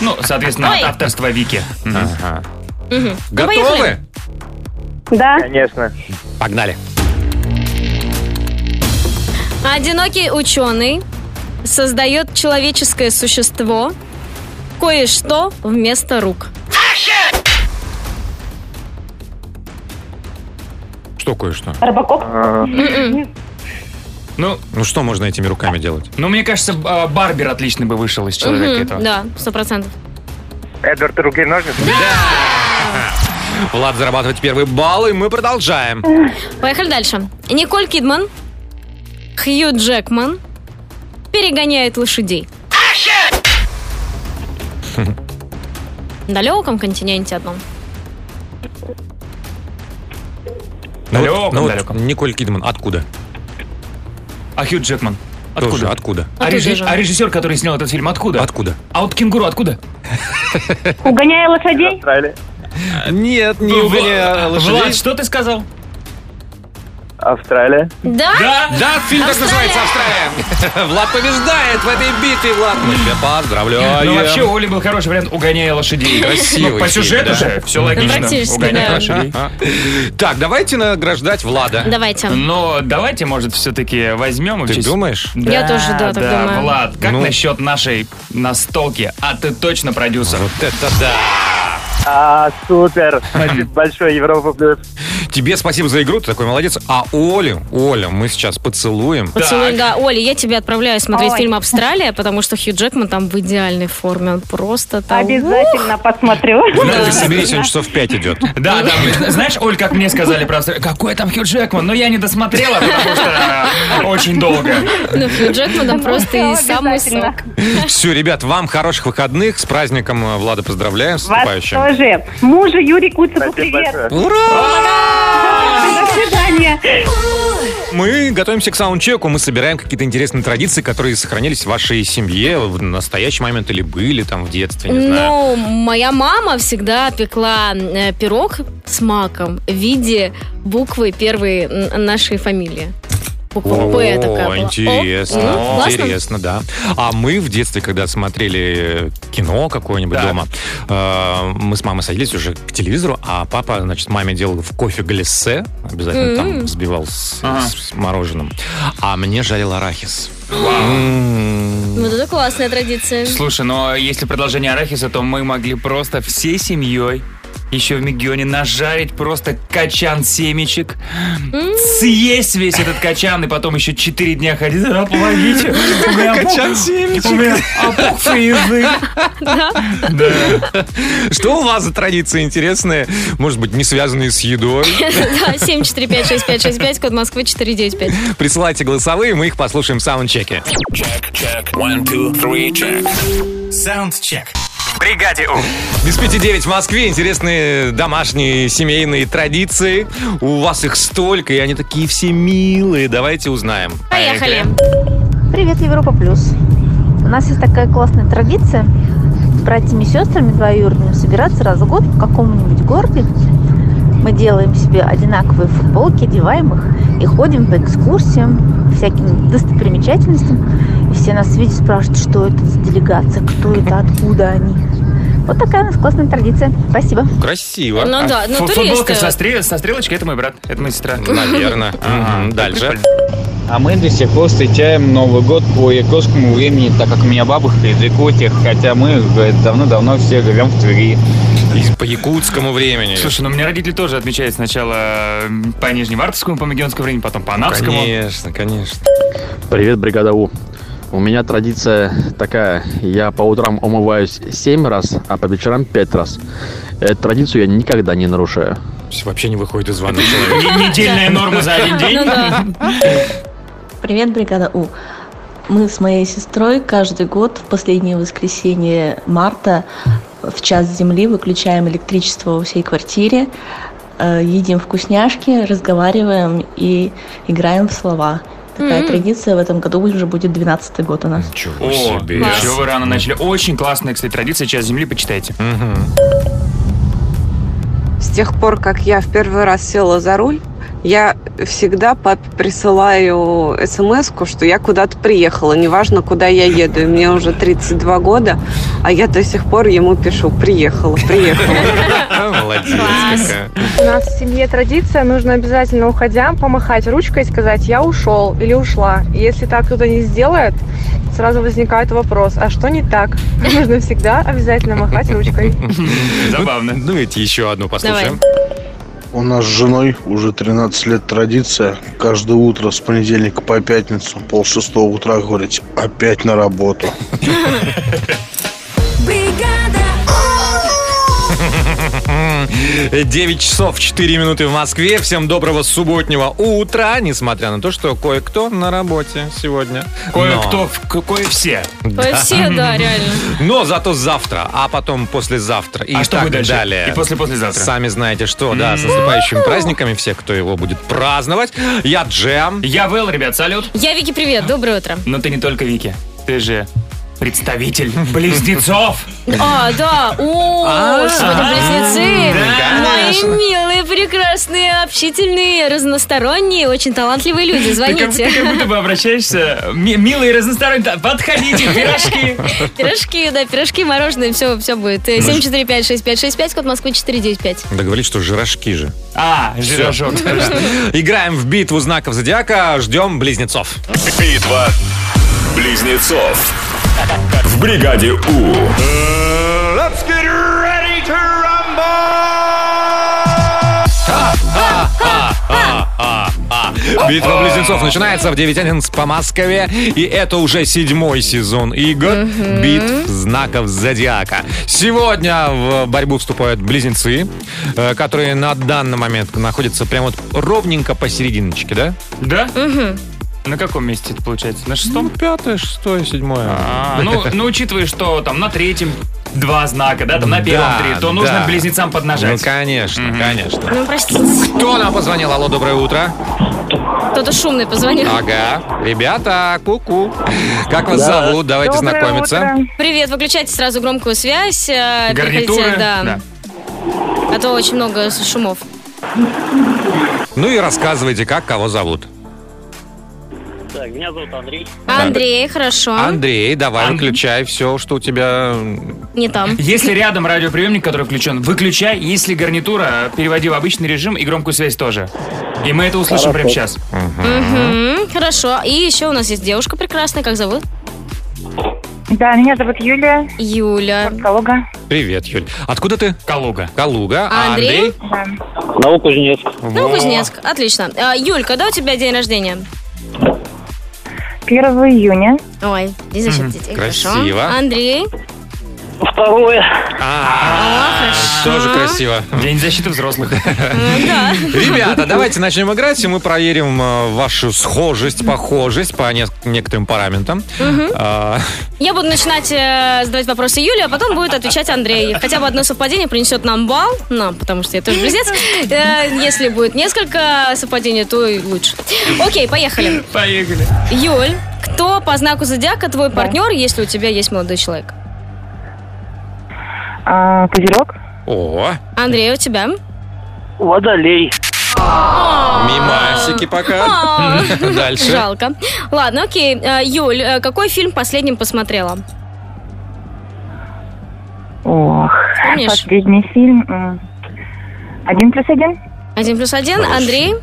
Speaker 3: Ну, соответственно,
Speaker 2: Ой.
Speaker 3: от авторства Вики. Мгм.
Speaker 2: Мгм. Ну, поехали.
Speaker 1: Готовы?
Speaker 7: Да.
Speaker 12: Конечно.
Speaker 1: Погнали.
Speaker 2: Одинокий ученый создает человеческое существо кое-что вместо рук.
Speaker 1: Что кое-что?
Speaker 7: Робокоп.
Speaker 2: М-м.
Speaker 3: Ну,
Speaker 1: Ну что можно этими руками делать?
Speaker 3: ну, мне кажется, б- а, Барбер отлично бы вышел из человека
Speaker 2: Мгм,
Speaker 3: этого.
Speaker 2: Да, сто процентов.
Speaker 12: Эдвард руки ножницы?
Speaker 1: Влад зарабатывает первый балл, и мы продолжаем.
Speaker 2: Поехали дальше. Николь Кидман, Хью Джекман перегоняют лошадей. На далеком континенте одном.
Speaker 1: Ну вот-
Speaker 3: Далеком,
Speaker 1: ну вот
Speaker 3: далеком.
Speaker 1: Николь Кидман, откуда?
Speaker 3: А Хью Джекман?
Speaker 1: Тоже
Speaker 3: Откуда?
Speaker 1: откуда?
Speaker 3: А,
Speaker 2: Оттуда
Speaker 3: режи-
Speaker 2: же.
Speaker 3: а режиссер, который снял этот фильм, откуда?
Speaker 1: Откуда?
Speaker 3: А вот кенгуру откуда?
Speaker 7: Угоняя лошадей.
Speaker 12: Австралии.
Speaker 1: Нет, не
Speaker 3: Вла-
Speaker 1: угоняя лошадей.
Speaker 3: Влад, что ты сказал?
Speaker 12: Австралия.
Speaker 2: Да?
Speaker 3: А?
Speaker 1: Да, фильм так называется «Австралия». Влад побеждает в этой битве, Влад. Мы тебя поздравляем.
Speaker 3: Ну, вообще, у Оли был хороший вариант «Угоняя лошадей».
Speaker 1: Красивый
Speaker 3: Ну, По
Speaker 1: фильм,
Speaker 3: сюжету
Speaker 1: да.
Speaker 3: же все
Speaker 1: Ну,
Speaker 3: логично.
Speaker 2: практически,
Speaker 3: «Угоняя
Speaker 2: да.
Speaker 3: лошадей».
Speaker 1: Так, давайте награждать Влада.
Speaker 2: Давайте.
Speaker 3: Но давайте, может, все-таки возьмем...
Speaker 1: Ты думаешь?
Speaker 2: Я тоже, да, так думаю.
Speaker 3: Влад, как
Speaker 1: Ну.
Speaker 3: насчет нашей настолки? А ты точно продюсер.
Speaker 1: Вот это да!
Speaker 12: А, супер. Спасибо большое, Европа Плюс.
Speaker 1: Тебе спасибо за игру, ты такой молодец. А Олю, Оля, мы сейчас поцелуем.
Speaker 2: Поцелуй, да. Оля, я тебя отправляю смотреть
Speaker 7: Ой.
Speaker 2: фильм «Австралия», потому что Хью Джекман там в идеальной форме. Он просто там...
Speaker 7: Обязательно посмотрю.
Speaker 1: Ты собери, сегодня часов в пять идет.
Speaker 3: Да, да, вы- знаешь, Оль, как мне сказали про Австралию, какой там Хью Джекман, но я не досмотрела, потому что э, очень долго.
Speaker 2: Ну, Хью Джекман там
Speaker 7: Ну,
Speaker 2: просто и
Speaker 7: всё,
Speaker 2: самый
Speaker 7: обязательно.
Speaker 2: сок.
Speaker 1: Все, ребят, вам хороших выходных. С праздником, э, Влада, поздравляем, с
Speaker 7: Вас
Speaker 1: наступающим.
Speaker 7: тоже. Мужу Юрий Куцеву
Speaker 12: Спасибо
Speaker 7: привет.
Speaker 12: большое.
Speaker 7: До свидания.
Speaker 1: Мы готовимся к саундчеку, мы собираем какие-то интересные традиции, которые сохранились в вашей семье в настоящий момент или были там в детстве, не знаю.
Speaker 2: Ну, моя мама всегда пекла э, пирог с маком в виде буквы первой н- нашей фамилии. Буква П такая была.
Speaker 1: О,
Speaker 2: О, ну,
Speaker 1: интересно,
Speaker 2: классно.
Speaker 1: интересно, да. А мы в детстве, когда смотрели кино какое-нибудь
Speaker 3: Так.
Speaker 1: дома, э, мы с мамой садились уже к телевизору, а папа, значит, маме делал в кофе глиссе, обязательно
Speaker 2: М.
Speaker 1: там сбивал с,
Speaker 3: Ага.
Speaker 1: с мороженым, а мне жарил арахис.
Speaker 2: Ну, вот это классная традиция.
Speaker 3: Слушай, но если продолжение арахиса, то мы могли просто всей семьей еще в Мегионе нажарить просто качан семечек, съесть весь этот качан и потом еще 4 дня ходить, да, помогите. У меня
Speaker 1: Качан
Speaker 3: опух-
Speaker 1: семечек.
Speaker 3: У меня опухший язык. Да.
Speaker 1: Что у вас за традиции интересные? Может быть, не связанные с едой?
Speaker 2: Да, 7456565, код Москвы 495.
Speaker 1: Присылайте голосовые, мы их послушаем в саундчеке.
Speaker 4: Саундчек. В бригаде У.
Speaker 1: Без пяти девять в Москве. Интересные домашние семейные традиции. У вас их столько, и они такие все милые. Давайте узнаем.
Speaker 2: Поехали.
Speaker 13: Привет, Европа Плюс. У нас есть такая классная традиция с братьями и сестрами двоюродными собираться раз в год в каком-нибудь городе. Мы делаем себе одинаковые футболки, одеваем их и ходим по экскурсиям, всяким достопримечательностям. И все нас видят, спрашивают, что это за делегация, кто это, откуда они. Вот такая у нас классная традиция. Спасибо.
Speaker 1: Красиво.
Speaker 2: Ну да, ну
Speaker 3: а, Фу- Футболка со
Speaker 2: туристы.
Speaker 3: стрел- со стрелочкой, это мой брат, это моя сестра.
Speaker 1: Наверное. Мгм. Дальше.
Speaker 14: А мы до сих пор встречаем Новый год по якутскому времени, так как у меня бабушка из Якутии, хотя мы говорит, давно-давно все живем в Твери.
Speaker 1: И По якутскому времени.
Speaker 3: Слушай, ну у меня родители тоже отмечают сначала м, по Нижневартовскому, по Мегионскому времени, потом по Анапскому.
Speaker 1: Конечно, конечно.
Speaker 15: Привет, бригада У. У меня традиция такая. Я по утрам умываюсь 7 раз, а по вечерам 5 раз. Эту традицию я никогда не нарушаю.
Speaker 1: Всё, Вообще не выходит из ванны человек.
Speaker 3: Н- Недельная норма за один день.
Speaker 2: Ну да.
Speaker 16: Привет, бригада У. Мы с моей сестрой каждый год в последнее воскресенье марта в час земли выключаем электричество во всей квартире, э, едим вкусняшки, разговариваем и играем в слова. Такая
Speaker 2: М.
Speaker 16: традиция в этом году уже будет 12 год у нас.
Speaker 1: Ничего
Speaker 3: О,
Speaker 1: себе.
Speaker 3: еще вы рано начали. Очень классная, кстати, традиция. Час земли почитайте.
Speaker 1: Мгм.
Speaker 17: С тех пор, как я в первый раз села за руль, я всегда папе присылаю смс что я куда-то приехала, неважно, куда я еду. И мне уже 32 года, а я до сих пор ему пишу «приехала, приехала».
Speaker 1: А, Молодец
Speaker 2: Класс.
Speaker 1: какая.
Speaker 18: У нас в семье традиция, нужно обязательно уходя помахать ручкой и сказать «я ушел» или «ушла». И Если так кто-то не сделает, сразу возникает вопрос «а что не так?». Нужно всегда обязательно махать ручкой.
Speaker 3: Забавно.
Speaker 1: Ну, ведь еще одну послушаем.
Speaker 19: У нас с женой уже 13 лет традиция. Каждое утро с понедельника по пятницу пол шестого утра говорить «опять на работу».
Speaker 6: Бригада У.
Speaker 1: 9 часов 4 минуты в Москве. Всем доброго субботнего утра, несмотря на то, что кое-кто на работе сегодня.
Speaker 3: Кое-кто, в- кое-все.
Speaker 2: Ой, Все, да, реально.
Speaker 1: Но зато завтра, а потом послезавтра и
Speaker 3: А что
Speaker 1: так
Speaker 3: будет дальше?
Speaker 1: далее.
Speaker 3: И после-послезавтра?
Speaker 1: Сами знаете что, да, с наступающими праздниками всех, кто его будет праздновать. Я Джем.
Speaker 3: Я Вэл, ребят, салют.
Speaker 2: Я Вики, привет, доброе утро.
Speaker 3: Но ты не только Вики. Ты же представитель близнецов.
Speaker 2: А, да. О,
Speaker 3: А,
Speaker 2: сегодня
Speaker 3: а,
Speaker 2: близнецы.
Speaker 3: да,
Speaker 2: Мои
Speaker 3: конечно.
Speaker 2: милые, прекрасные, общительные, разносторонние, очень талантливые люди.
Speaker 3: Ты как, ты как будто
Speaker 2: Звоните.
Speaker 3: бы обращаешься, ми- милые разносторонние, да, подходите, пирожки.
Speaker 2: Пирожки, да, пирожки, мороженое, все, все будет.
Speaker 3: Ну,
Speaker 2: Э, 745-6565, код Москвы 495.
Speaker 1: Да говорит, что жирожки же.
Speaker 3: А,
Speaker 1: жирожок. Играем в битву знаков зодиака, ждем близнецов.
Speaker 20: Битва близнецов в бригаде У.
Speaker 4: Э, Let's get ready to
Speaker 1: Битва близнецов начинается в 9.11 по Москве. И это уже седьмой сезон игр битв знаков зодиака. Сегодня в борьбу вступают близнецы, э, которые на данный момент находятся прямо вот ровненько посерединочке, да?
Speaker 3: Да? На каком месте это получается? На шестом?
Speaker 1: Ну, пятое, шестое, седьмое.
Speaker 3: А, ну, ну, учитывая, что там на третьем два знака, да, там на первом
Speaker 1: Да,
Speaker 3: три, то
Speaker 1: да.
Speaker 3: нужно близнецам
Speaker 1: Ну,
Speaker 3: поднажать.
Speaker 1: конечно, конечно.
Speaker 2: Ну, простите.
Speaker 1: Кто нам позвонил? Алло, доброе утро.
Speaker 2: Кто-то шумный позвонил.
Speaker 1: Ага. Ребята, ку-ку. Как вас зовут? Давайте знакомиться.
Speaker 2: Привет, выключайте сразу громкую связь. э,
Speaker 1: Гарнитуры,
Speaker 2: приходите, да.
Speaker 1: да.
Speaker 2: А то очень много с- шумов.
Speaker 1: Ну и рассказывайте, как кого зовут.
Speaker 21: Так, меня зовут Андрей.
Speaker 2: Андрей, хорошо.
Speaker 1: Андрей, давай выключай все, что у тебя...
Speaker 2: Не там.
Speaker 3: Если рядом радиоприемник, который включен, выключай. Если гарнитура, переводи в обычный режим и громкую связь тоже. И мы это услышим прямо сейчас.
Speaker 2: Мгм, Хорошо. И еще у нас есть девушка прекрасная. Как зовут?
Speaker 22: Да, меня зовут Юлия.
Speaker 2: Юля.
Speaker 22: Калуга.
Speaker 1: Привет, Юль. Откуда ты?
Speaker 3: Калуга.
Speaker 1: Калуга.
Speaker 2: А Андрей?
Speaker 21: Наука Кузнецк.
Speaker 2: Ну, Кузнецк. Отлично. А, Юль, когда у тебя день рождения?
Speaker 22: 1 июня.
Speaker 2: Ой, день защиты
Speaker 22: Мгм,
Speaker 2: детей.
Speaker 1: красиво.
Speaker 2: Хорошо. Андрей?
Speaker 21: Второе.
Speaker 1: А, тоже красиво.
Speaker 3: День защиты взрослых.
Speaker 2: Э,
Speaker 1: Ребята, давайте начнем играть, и мы проверим э, вашу схожесть, похожесть по неск- некоторым параметрам.
Speaker 2: Мгм.
Speaker 1: А,
Speaker 2: Я буду начинать э, задавать вопросы Юле, а потом будет отвечать Андрей. Хотя бы одно совпадение принесет нам балл, нам, потому что я тоже близнец. Э, Если будет несколько совпадений, то и лучше. Окей, поехали.
Speaker 3: Поехали.
Speaker 2: Юль, кто по знаку зодиака твой партнер, если у тебя есть молодой человек?
Speaker 22: А, Козерог.
Speaker 1: О,
Speaker 2: Андрей, у тебя?
Speaker 21: Водолей.
Speaker 1: мимасики пока.
Speaker 2: А.
Speaker 1: Дальше.
Speaker 2: Жалко. Ладно, окей. Э, Юль, э, какой фильм последним посмотрела?
Speaker 22: Ох,
Speaker 2: Помнишь?
Speaker 22: последний фильм. м, Один плюс один.
Speaker 2: Один плюс один. Андрей?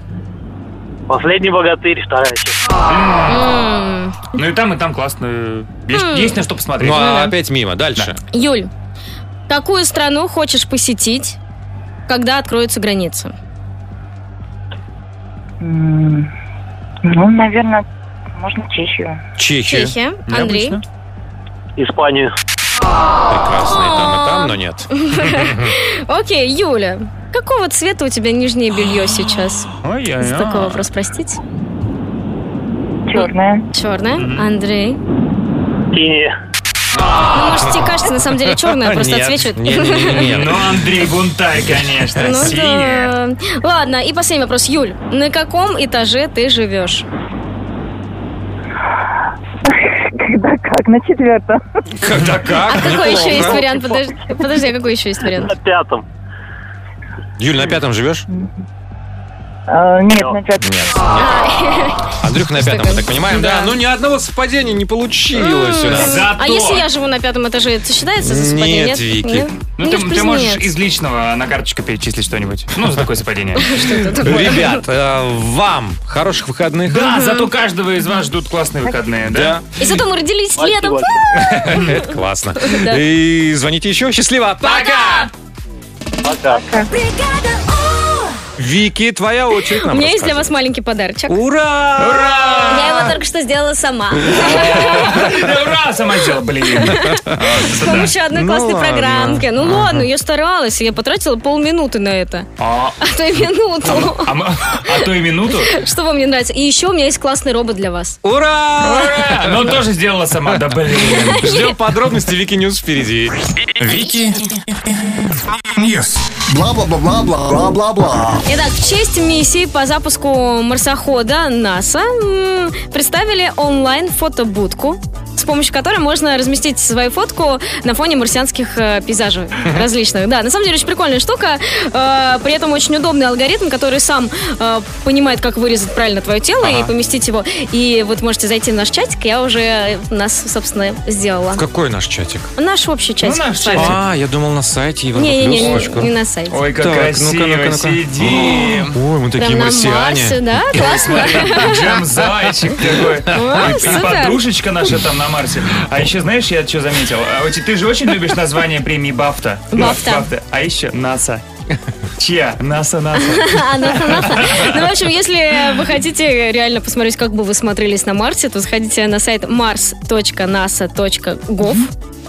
Speaker 21: Последний богатырь, вторая часть.
Speaker 2: М.
Speaker 3: Ну и там, и там классно. Есть,
Speaker 2: М.
Speaker 3: есть на что посмотреть.
Speaker 1: Ну, а опять мимо. Дальше.
Speaker 2: Юль, какую страну хочешь посетить, когда откроются границы?
Speaker 22: М, Ну, наверное, можно Чехию.
Speaker 1: Чехия.
Speaker 2: Чехия. Андрей.
Speaker 21: Испанию.
Speaker 1: Прекрасно. И там, и
Speaker 2: А.
Speaker 1: там, но нет.
Speaker 2: Окей, Юля, какого цвета у тебя нижнее белье сейчас?
Speaker 3: Ой-ой-ой.
Speaker 2: За такой вопрос, простите.
Speaker 22: Черная.
Speaker 2: Черное. Андрей.
Speaker 21: Синяя.
Speaker 2: Ну, может, тебе кажется, на самом деле
Speaker 1: А
Speaker 2: черное, просто
Speaker 3: Нет,
Speaker 2: отсвечивает.
Speaker 3: не-не-не-не. Ну, Андрей бунтарь, конечно.
Speaker 2: Ну
Speaker 3: Синяя.
Speaker 2: да. Ладно, и последний вопрос. Юль, на каком этаже ты живешь?
Speaker 22: Когда как? На четвертом.
Speaker 1: Когда как?
Speaker 2: А какой
Speaker 1: Неплохо.
Speaker 2: еще есть вариант? Подожди, подожди, а какой еще есть вариант?
Speaker 21: На пятом.
Speaker 1: Юль, на пятом живешь?
Speaker 22: А, Нет, на пятом.
Speaker 1: Андрюх на пятом, мы так понимаем, да?
Speaker 2: Да.
Speaker 1: Ну, ни одного совпадения не получилось у нас.
Speaker 2: А если я живу на пятом этаже, это считается за совпадение?
Speaker 3: Нет, Вики.
Speaker 2: Нет?
Speaker 3: Ну,
Speaker 2: Нет,
Speaker 3: ты,
Speaker 2: в
Speaker 3: ты
Speaker 2: принципе,
Speaker 3: можешь
Speaker 2: нет.
Speaker 3: из личного на карточку перечислить что-нибудь. Ну, за такое совпадение.
Speaker 1: Ребят, э, вам хороших выходных.
Speaker 3: Да, зато каждого из вас ждут классные выходные, да?
Speaker 2: И зато мы родились летом.
Speaker 1: Это классно.
Speaker 2: Да.
Speaker 1: И звоните еще. Счастливо. Пока! Пока. Вики, твоя очередь
Speaker 2: У
Speaker 1: нам
Speaker 2: меня есть для
Speaker 1: рассказывать.
Speaker 2: вас маленький подарочек.
Speaker 1: Ура!
Speaker 3: Ура!
Speaker 2: Я его только что сделала сама.
Speaker 3: Да Ура, сама сделала, блин.
Speaker 2: С помощью одной
Speaker 3: Ну
Speaker 2: классной
Speaker 3: ладно.
Speaker 2: программки. Ну ладно, я старалась, я потратила полминуты на это.
Speaker 3: А
Speaker 2: А то и минуту.
Speaker 3: а мы- а то и минуту.
Speaker 2: Что вам не нравится? И еще у меня есть классный робот для вас.
Speaker 1: Ура!
Speaker 3: Ура! Но тоже сделала сама, да блин.
Speaker 1: Ждем подробности Вики Ньюс впереди.
Speaker 3: Вики
Speaker 4: Ньюс. Бла-бла-бла-бла-бла-бла-бла.
Speaker 2: Итак, в честь миссии по запуску марсохода НАСА м, представили онлайн-фотобудку с помощью которой можно разместить свою фотку на фоне марсианских э, пейзажей различных. Да, на самом деле очень прикольная штука, э, при этом очень удобный алгоритм, который сам э, понимает, как вырезать правильно твое тело и
Speaker 1: Ага.
Speaker 2: поместить его. И вот можете зайти в наш чатик, я уже нас, собственно, сделала.
Speaker 1: В какой наш чатик?
Speaker 2: Наш общий чатик. с вами.
Speaker 1: А, я думал на сайте
Speaker 2: Не-не-не, не-
Speaker 1: европлюс.ру.
Speaker 2: не на сайте. Ой,
Speaker 3: как красиво сидим.
Speaker 1: Ой, мы такие
Speaker 2: Прям на Марсе,
Speaker 1: марсиане.
Speaker 2: да? Классно.
Speaker 3: Джем зайчик такой.
Speaker 2: О,
Speaker 3: И- И
Speaker 2: супер.
Speaker 3: подружечка наша там на Марсе. А еще знаешь, я что заметил? А вот ты же очень любишь название премии Бафта.
Speaker 2: Бафта.
Speaker 3: А еще НАСА. Чья? НАСА, НАСА.
Speaker 2: А, Ну, в общем, если вы хотите реально посмотреть, как бы вы смотрелись на Марсе, то заходите на сайт mars.nasa.gov.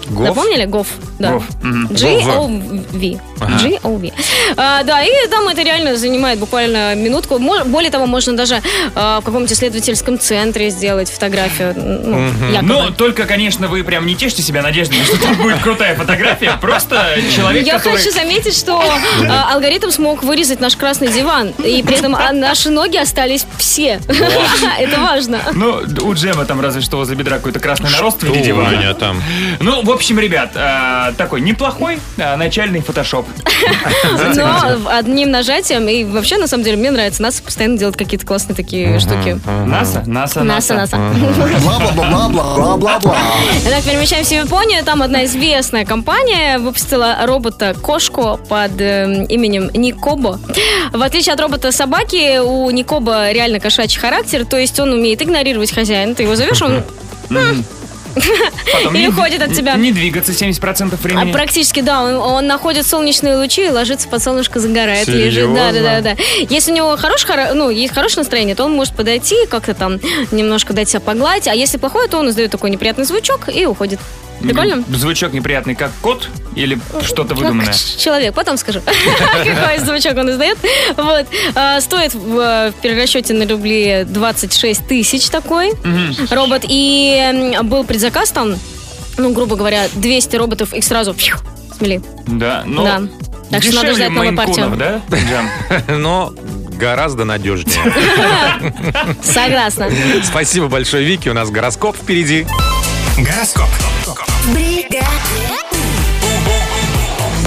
Speaker 1: Gov?
Speaker 2: Напомнили? Gov, да.
Speaker 1: Gov, мгм.
Speaker 2: G-O-V.
Speaker 1: Ага.
Speaker 2: G-O-V. А, да, и там это реально занимает буквально минутку. Мо- Более того, можно даже а, в каком-нибудь исследовательском центре сделать фотографию. ну, якобы.
Speaker 3: Ну, только, конечно, вы прям не тешьте себя надеждами, что там будет крутая фотография. Просто человек,
Speaker 2: Я
Speaker 3: который...
Speaker 2: хочу заметить, что э, алгоритм смог вырезать наш красный диван, и при этом а, наши ноги остались все. Это важно.
Speaker 3: Ну, д- у Джема там разве что возле бедра какой-то красный нарост в виде
Speaker 1: у
Speaker 3: дивана.
Speaker 1: меня там?
Speaker 3: Ну, в общем, ребят, а, такой неплохой а, начальный фотошоп.
Speaker 2: Ну, Но в- одним нажатием, и вообще, на самом деле, мне нравится, нас постоянно делают какие-то классные такие штуки.
Speaker 3: НАСА, НАСА,
Speaker 2: НАСА, НАСА.
Speaker 6: Бла-бла-бла-бла-бла-бла.
Speaker 2: Итак, перемещаемся в Японию. Там одна известная компания выпустила робота-кошку под эм, именем Никобо. В отличие от робота-собаки, у Никобо реально кошачий характер, то есть он умеет игнорировать хозяина. Ты его зовешь, он
Speaker 3: Потом
Speaker 2: Или
Speaker 3: не-
Speaker 2: уходит от
Speaker 3: не-
Speaker 2: тебя.
Speaker 3: Не двигаться 70%
Speaker 2: А,
Speaker 3: времени.
Speaker 2: Практически, да. Он, он находит солнечные лучи и ложится под солнышко, загорает, лежит.
Speaker 3: Серьезно?
Speaker 2: Да, да, да, да. Если у него хорош, хоро- ну, есть хорошее настроение, то он может подойти, как-то там немножко дать себя погладить. А если плохое, то он издает такой неприятный звучок и уходит. Прикольно?
Speaker 3: М, Звучок неприятный, как кот или что-то
Speaker 2: Как
Speaker 3: выдуманное.
Speaker 2: ч- Ну, человек, потом скажу, какой звучок он издает. Вот. А, Стоит в э, в перерасчете на рубли 26 тысяч такой
Speaker 6: Мгм.
Speaker 2: робот. И м, был предзаказ там, ну, грубо говоря, 200 роботов, их сразу пью, смели.
Speaker 3: Да, ну...
Speaker 2: Да. Так что надо
Speaker 3: дешевле
Speaker 2: ждать новую партию.
Speaker 3: мейн-кунов, да, Джем?
Speaker 1: Но гораздо надежнее.
Speaker 2: Согласна.
Speaker 1: Спасибо большое, Вики. У нас гороскоп впереди. Гороскоп.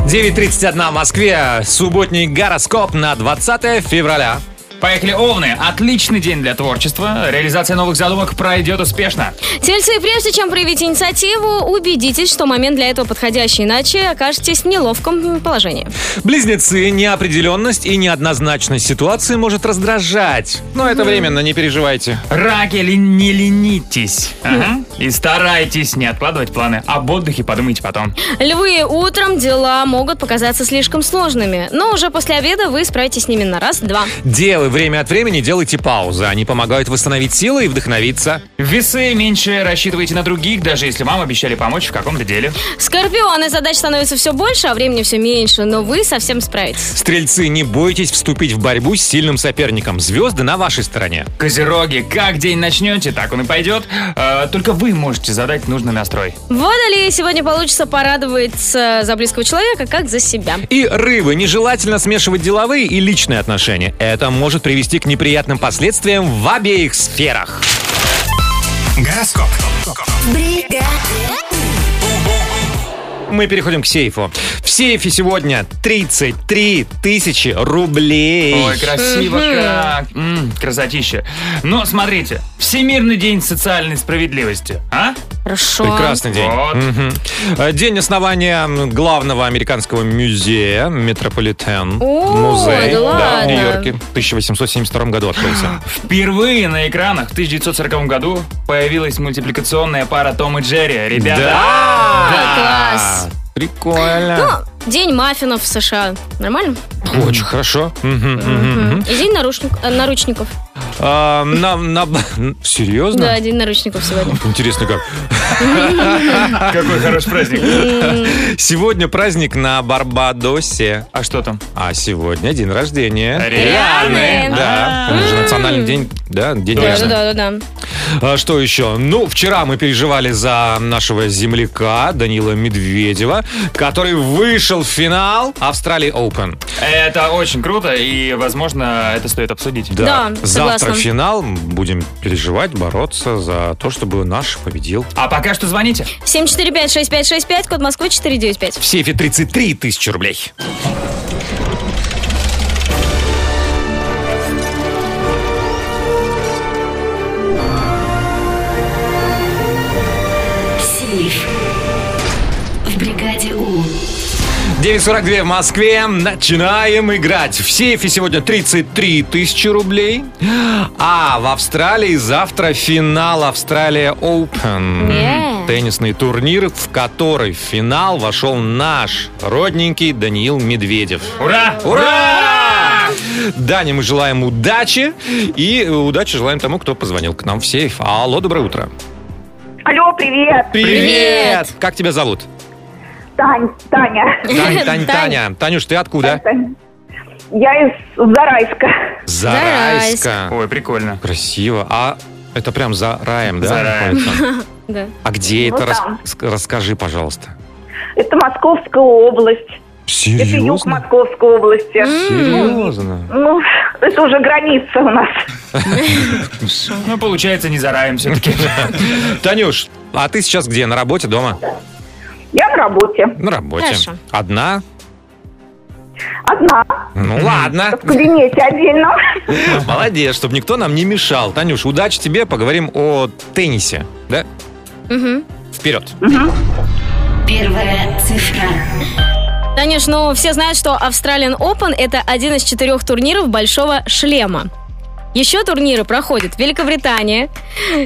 Speaker 1: 9.31 в Москве. Субботний гороскоп на 20 февраля.
Speaker 3: Поехали, Овны. Отличный день для творчества. Реализация новых задумок пройдет успешно.
Speaker 2: Тельцы, прежде чем проявить инициативу, убедитесь, что момент для этого подходящий, иначе окажетесь в неловком положении.
Speaker 1: Близнецы, неопределенность и неоднозначность ситуации может раздражать. Но это временно, не переживайте.
Speaker 3: Раки, ли- не ленитесь. Ага. И старайтесь не откладывать планы. Об отдыхе подумайте потом.
Speaker 2: Львы, утром дела могут показаться слишком сложными, но уже после обеда вы справитесь с ними на раз-два.
Speaker 1: Девы, время от времени делайте паузы. Они помогают восстановить силы и вдохновиться.
Speaker 3: Весы меньше рассчитывайте на других, даже если вам обещали помочь в каком-то деле.
Speaker 2: Скорпионы, задач становится все больше, а времени все меньше, но вы совсем справитесь.
Speaker 1: Стрельцы, не бойтесь вступить в борьбу с сильным соперником. Звезды на вашей стороне.
Speaker 3: Козероги, как день начнете, так он и пойдет. Э, только вы можете задать нужный настрой.
Speaker 2: Водолеи, сегодня получится порадоваться за близкого человека, как за себя.
Speaker 1: И рыбы, нежелательно смешивать деловые и личные отношения. Это может привести к неприятным последствиям в обеих сферах. Гороскоп. Мы переходим к сейфу. В сейфе сегодня 33 тысячи рублей.
Speaker 3: Ой, красиво как. М, красотища. Но смотрите, Всемирный день социальной справедливости, а?
Speaker 2: Хорошо.
Speaker 1: Прекрасный день.
Speaker 3: Вот.
Speaker 1: Мгм. Э, День основания главного американского музея Метрополитен.
Speaker 3: О,
Speaker 1: Музей
Speaker 3: да
Speaker 1: да, в
Speaker 3: ладно.
Speaker 1: Нью-Йорке в 1872 году открылся.
Speaker 3: Впервые на экранах в 1940 году появилась мультипликационная пара Том и Джерри. Ребята!
Speaker 1: Да!
Speaker 2: Класс.
Speaker 1: Прикольно.
Speaker 2: Ну, день маффинов в США. Нормально?
Speaker 1: Очень хорошо. Мгм, мгм, мгм.
Speaker 2: И день нарушник- э, наручников.
Speaker 1: А, на- на- Серьезно?
Speaker 2: Да, день наручников сегодня.
Speaker 1: Интересно как.
Speaker 3: Какой хороший
Speaker 1: праздник. Сегодня праздник на Барбадосе.
Speaker 3: А что там?
Speaker 1: А сегодня день рождения.
Speaker 3: Рианы.
Speaker 1: Да, он же национальный день. Да, день
Speaker 2: А. Да,
Speaker 1: Рианы.
Speaker 2: да, да, да.
Speaker 1: А Что еще? Ну, вчера мы переживали за нашего земляка Данила Медведева, который вышел в финал Австралии Open.
Speaker 3: А. Это очень круто, и, возможно, это стоит обсудить.
Speaker 2: Да,
Speaker 1: Завтра
Speaker 2: согласна.
Speaker 1: финал. Будем переживать, бороться за то, чтобы наш победил.
Speaker 3: А пока что звоните.
Speaker 2: 745-6565, код Москвы 495.
Speaker 1: В сейфе 33 тысячи рублей.
Speaker 6: Сейф. В бригаде У.
Speaker 1: 9.42 в Москве. Начинаем играть. В сейфе сегодня 33 тысячи рублей. А в Австралии завтра финал Австралия Open.
Speaker 6: Yeah.
Speaker 1: Теннисный турнир, в который в финал вошел наш родненький Даниил Медведев.
Speaker 3: Ура!
Speaker 1: Ура! Дане мы желаем удачи. И удачи желаем тому, кто позвонил к нам в сейф. Алло, доброе утро.
Speaker 5: Алло, привет.
Speaker 1: Как тебя зовут?
Speaker 5: Тань, Таня.
Speaker 1: Тань, Тань, Таня. Танюш, ты откуда?
Speaker 5: Я из Зарайска.
Speaker 1: Зарайска.
Speaker 3: Ой, прикольно.
Speaker 1: Красиво. А это прям за раем, да?
Speaker 3: За раем.
Speaker 1: находится?
Speaker 5: Да.
Speaker 1: А где
Speaker 5: Ну,
Speaker 1: это? Рас-
Speaker 5: там.
Speaker 1: ск- Расскажи, пожалуйста.
Speaker 5: Это Московская область. Это юг
Speaker 1: Серьезно?
Speaker 5: Московской области.
Speaker 1: Серьезно?
Speaker 5: Ну, это уже граница у нас.
Speaker 3: Ну, получается, не зараем все-таки.
Speaker 1: Танюш, а ты сейчас где? На работе, дома?
Speaker 5: Я на работе.
Speaker 1: На работе.
Speaker 5: Хорошо.
Speaker 1: Одна?
Speaker 5: Одна.
Speaker 1: Ну ладно.
Speaker 5: В кабинете отдельно.
Speaker 1: Молодец, чтобы никто нам не мешал. Танюш, удачи тебе. Поговорим о теннисе, да? Вперед.
Speaker 6: Первая цифра.
Speaker 2: Танюш, ну все знают, что Australian Open – это один из четырех турниров «Большого шлема». Еще турниры проходят Великобритания,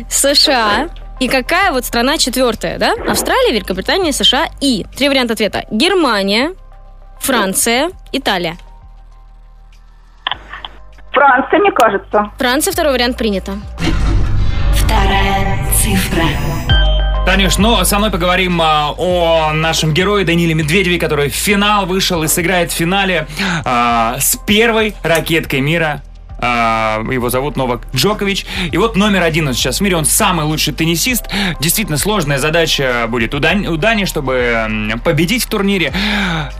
Speaker 2: США. И какая вот страна четвертая, да? Австралия, Великобритания, США и... Три варианта ответа. Германия, Франция, Италия.
Speaker 5: Франция, мне кажется.
Speaker 2: Франция, второй вариант принято.
Speaker 6: Вторая цифра.
Speaker 3: Танюш, ну, со мной поговорим а, о нашем герое Даниле Медведеве, который в финал вышел и сыграет в финале а, с первой ракеткой мира. А, его зовут Новак Джокович. И вот номер один он сейчас в мире. Он самый лучший теннисист. Действительно сложная задача будет у, Дань- у Дани, чтобы м, победить в турнире.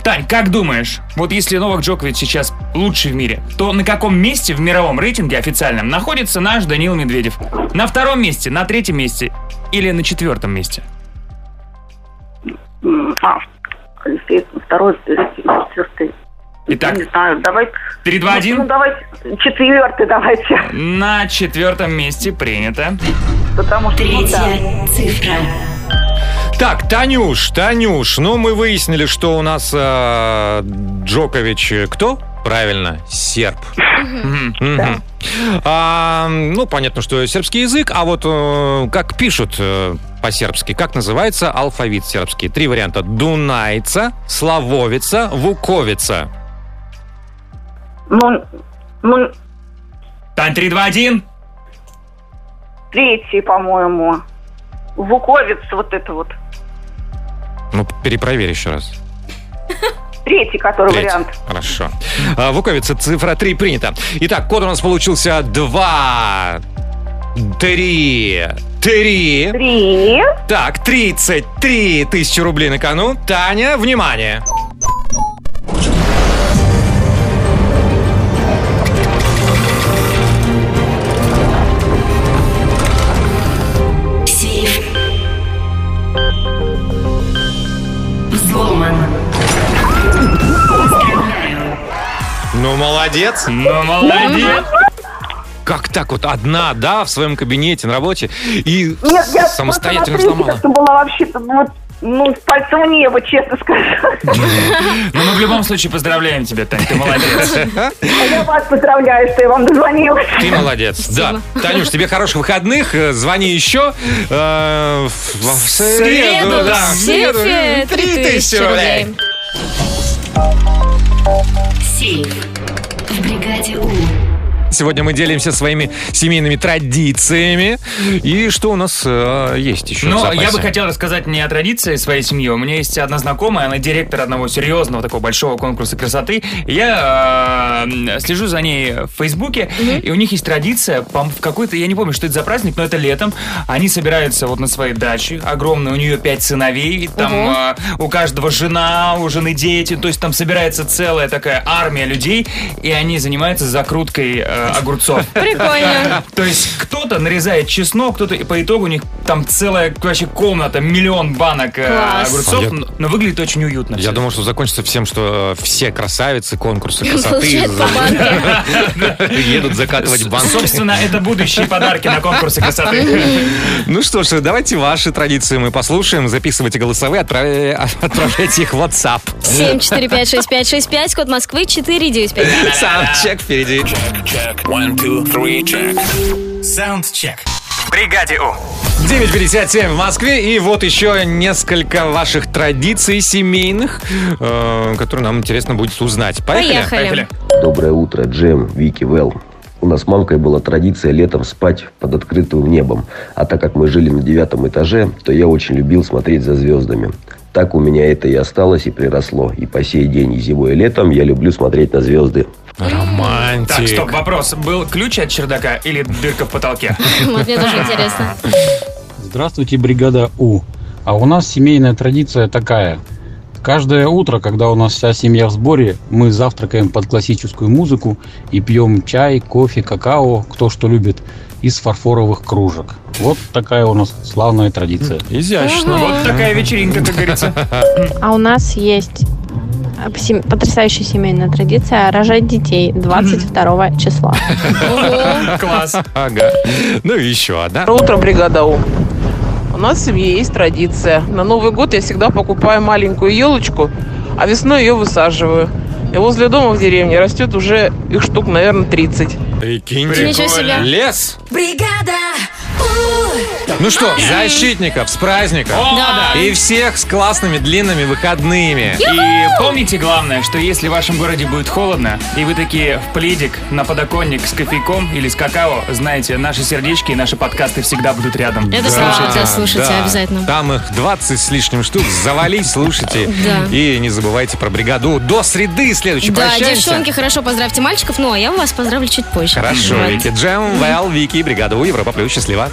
Speaker 3: Тань, как думаешь, вот если Новак Джокович сейчас лучший в мире, то на каком месте в мировом рейтинге официальном находится наш Данил Медведев? На втором месте, на третьем месте или на четвертом месте?
Speaker 5: М, А, второй, четвертый.
Speaker 3: Итак,
Speaker 5: Не знаю, давай...
Speaker 3: Три, два, один.
Speaker 5: Ну, давайте, четвертый давайте.
Speaker 3: на четвертом месте принято.
Speaker 5: Потому что... ну, да.
Speaker 6: Третья цифра.
Speaker 1: Так, Танюш, Танюш, ну мы выяснили, что у нас э, Джокович э, кто? Правильно, серб. Мгм. Мгм. А, ну, понятно, что сербский язык, а вот э, как пишут э, по-сербски, как называется алфавит сербский? Три варианта. Дунайца, Славовица, Вуковица.
Speaker 5: Ну, ну,
Speaker 3: Тань, 3, 2, 1.
Speaker 5: третий, по-моему. Вуковец вот это вот.
Speaker 1: Ну, перепроверь еще раз.
Speaker 5: Третий, который
Speaker 1: Треть.
Speaker 5: вариант.
Speaker 1: Хорошо. А, Вуковица, цифра 3 принята. Итак, код у нас получился 2, 3, 3.
Speaker 5: Три.
Speaker 1: Так, 33 тысячи рублей на кону. Таня, внимание.
Speaker 6: Сейф. Взломан.
Speaker 1: Ну, молодец.
Speaker 3: Ну, молодец.
Speaker 1: Как так вот одна, да, в своем кабинете, на работе и
Speaker 5: Нет, я
Speaker 1: самостоятельно
Speaker 5: просто на
Speaker 1: сломала.
Speaker 5: третий как-то была вообще вот, ну, с пальцем в небо, честно скажу.
Speaker 3: Ну, мы в любом случае поздравляем тебя, Тань, ты молодец.
Speaker 5: А Я вас поздравляю, что я вам дозвонилась.
Speaker 1: Ты молодец, да. Танюш, тебе хороших выходных, э, звони еще. Э, в- во- в среду, да, в среду.
Speaker 6: сейфе
Speaker 1: Три тысячи рублей.
Speaker 6: Сейф. В бригаде У.
Speaker 1: Сегодня мы делимся своими семейными традициями. И что у нас э, есть еще? в
Speaker 3: Но Ну, я
Speaker 1: запасе?
Speaker 3: бы хотел рассказать не о традиции своей семьи. У меня есть одна знакомая, она директор одного серьезного такого большого конкурса красоты. Я э, слежу за ней в Фейсбуке, и у них есть традиция, пом- в какой-то, я не помню, что это за праздник, но это летом. Они собираются вот на своей даче огромной, у нее пять сыновей, там
Speaker 9: Ого.
Speaker 3: э, у каждого жена, у жены дети, то есть там собирается целая такая армия людей, и они занимаются закруткой э, огурцов.
Speaker 1: А
Speaker 2: Прикольно.
Speaker 3: То есть кто-то нарезает чеснок, кто-то и по итогу у них там целая вообще комната, миллион банок э,
Speaker 1: Класс.
Speaker 3: огурцов,
Speaker 1: Я-
Speaker 3: но- но выглядит очень уютно.
Speaker 1: Я думал, что закончится всем, что э, все красавицы конкурса красоты
Speaker 3: Получают по
Speaker 1: едут закатывать банки.
Speaker 3: Собственно, это будущие подарки на конкурсы красоты.
Speaker 1: Ну что ж, давайте ваши традиции мы послушаем. Записывайте голосовые, отправ- э, отправляйте их в WhatsApp.
Speaker 2: 7456565, код Москвы 495.
Speaker 1: Саундчек впереди.
Speaker 20: One, two, three, check. Саундчек. В бригаде У.
Speaker 1: 9.57 в Москве. И вот еще несколько ваших традиций семейных, э, которые нам интересно будет узнать. Поехали?
Speaker 2: Поехали.
Speaker 10: Доброе утро, Джем, Вики, Вэл. У нас с мамкой была традиция летом спать под открытым небом. А так как мы жили на девятом этаже, то я очень любил смотреть за звездами. Так у меня это и осталось, и приросло. И по сей день, и зимой, и летом я люблю смотреть на звезды.
Speaker 1: Романтик.
Speaker 3: Так, стоп, вопрос. Был ключ от чердака или дырка в потолке?
Speaker 2: Вот мне тоже интересно.
Speaker 23: Здравствуйте, бригада У. А у нас семейная традиция такая. Каждое утро, когда у нас вся семья в сборе, мы завтракаем под классическую музыку и пьем чай, кофе, какао, кто что любит, из фарфоровых кружек. Вот такая у нас славная традиция.
Speaker 1: Изящно.
Speaker 3: Вот такая вечеринка, как говорится.
Speaker 24: А у нас есть сем- потрясающая семейная традиция рожать детей 22 числа.
Speaker 3: Класс.
Speaker 1: Ага. Ну и еще одна.
Speaker 25: Доброе утро, бригада У. У нас в семье есть традиция. На Новый год я всегда покупаю маленькую елочку, а весной ее высаживаю. И возле дома в деревне растет уже их штук, наверное, 30.
Speaker 1: Прикиньте.
Speaker 25: Ничего себе.
Speaker 1: Лес.
Speaker 6: Бригада!
Speaker 1: Ну что, защитников с праздником.
Speaker 3: О, Да. да.
Speaker 1: И всех с классными длинными выходными.
Speaker 3: И помните главное, что если в вашем городе будет холодно, и вы такие в пледик, на подоконник с кофейком или с какао, знаете, наши сердечки и наши подкасты всегда будут рядом.
Speaker 2: Это слушайте, слушайте обязательно.
Speaker 1: Там их 20 с лишним штук. Завались, слушайте.
Speaker 2: Да.
Speaker 1: И не забывайте про бригаду. До среды следующий.
Speaker 2: Да,
Speaker 1: Прощаемся.
Speaker 2: девчонки, хорошо, поздравьте мальчиков, но я вас поздравлю чуть позже.
Speaker 1: Хорошо,
Speaker 2: Вот.
Speaker 1: Вики. Джем, Вэл, Вики, бригада у Европа Плюс. Счастливо.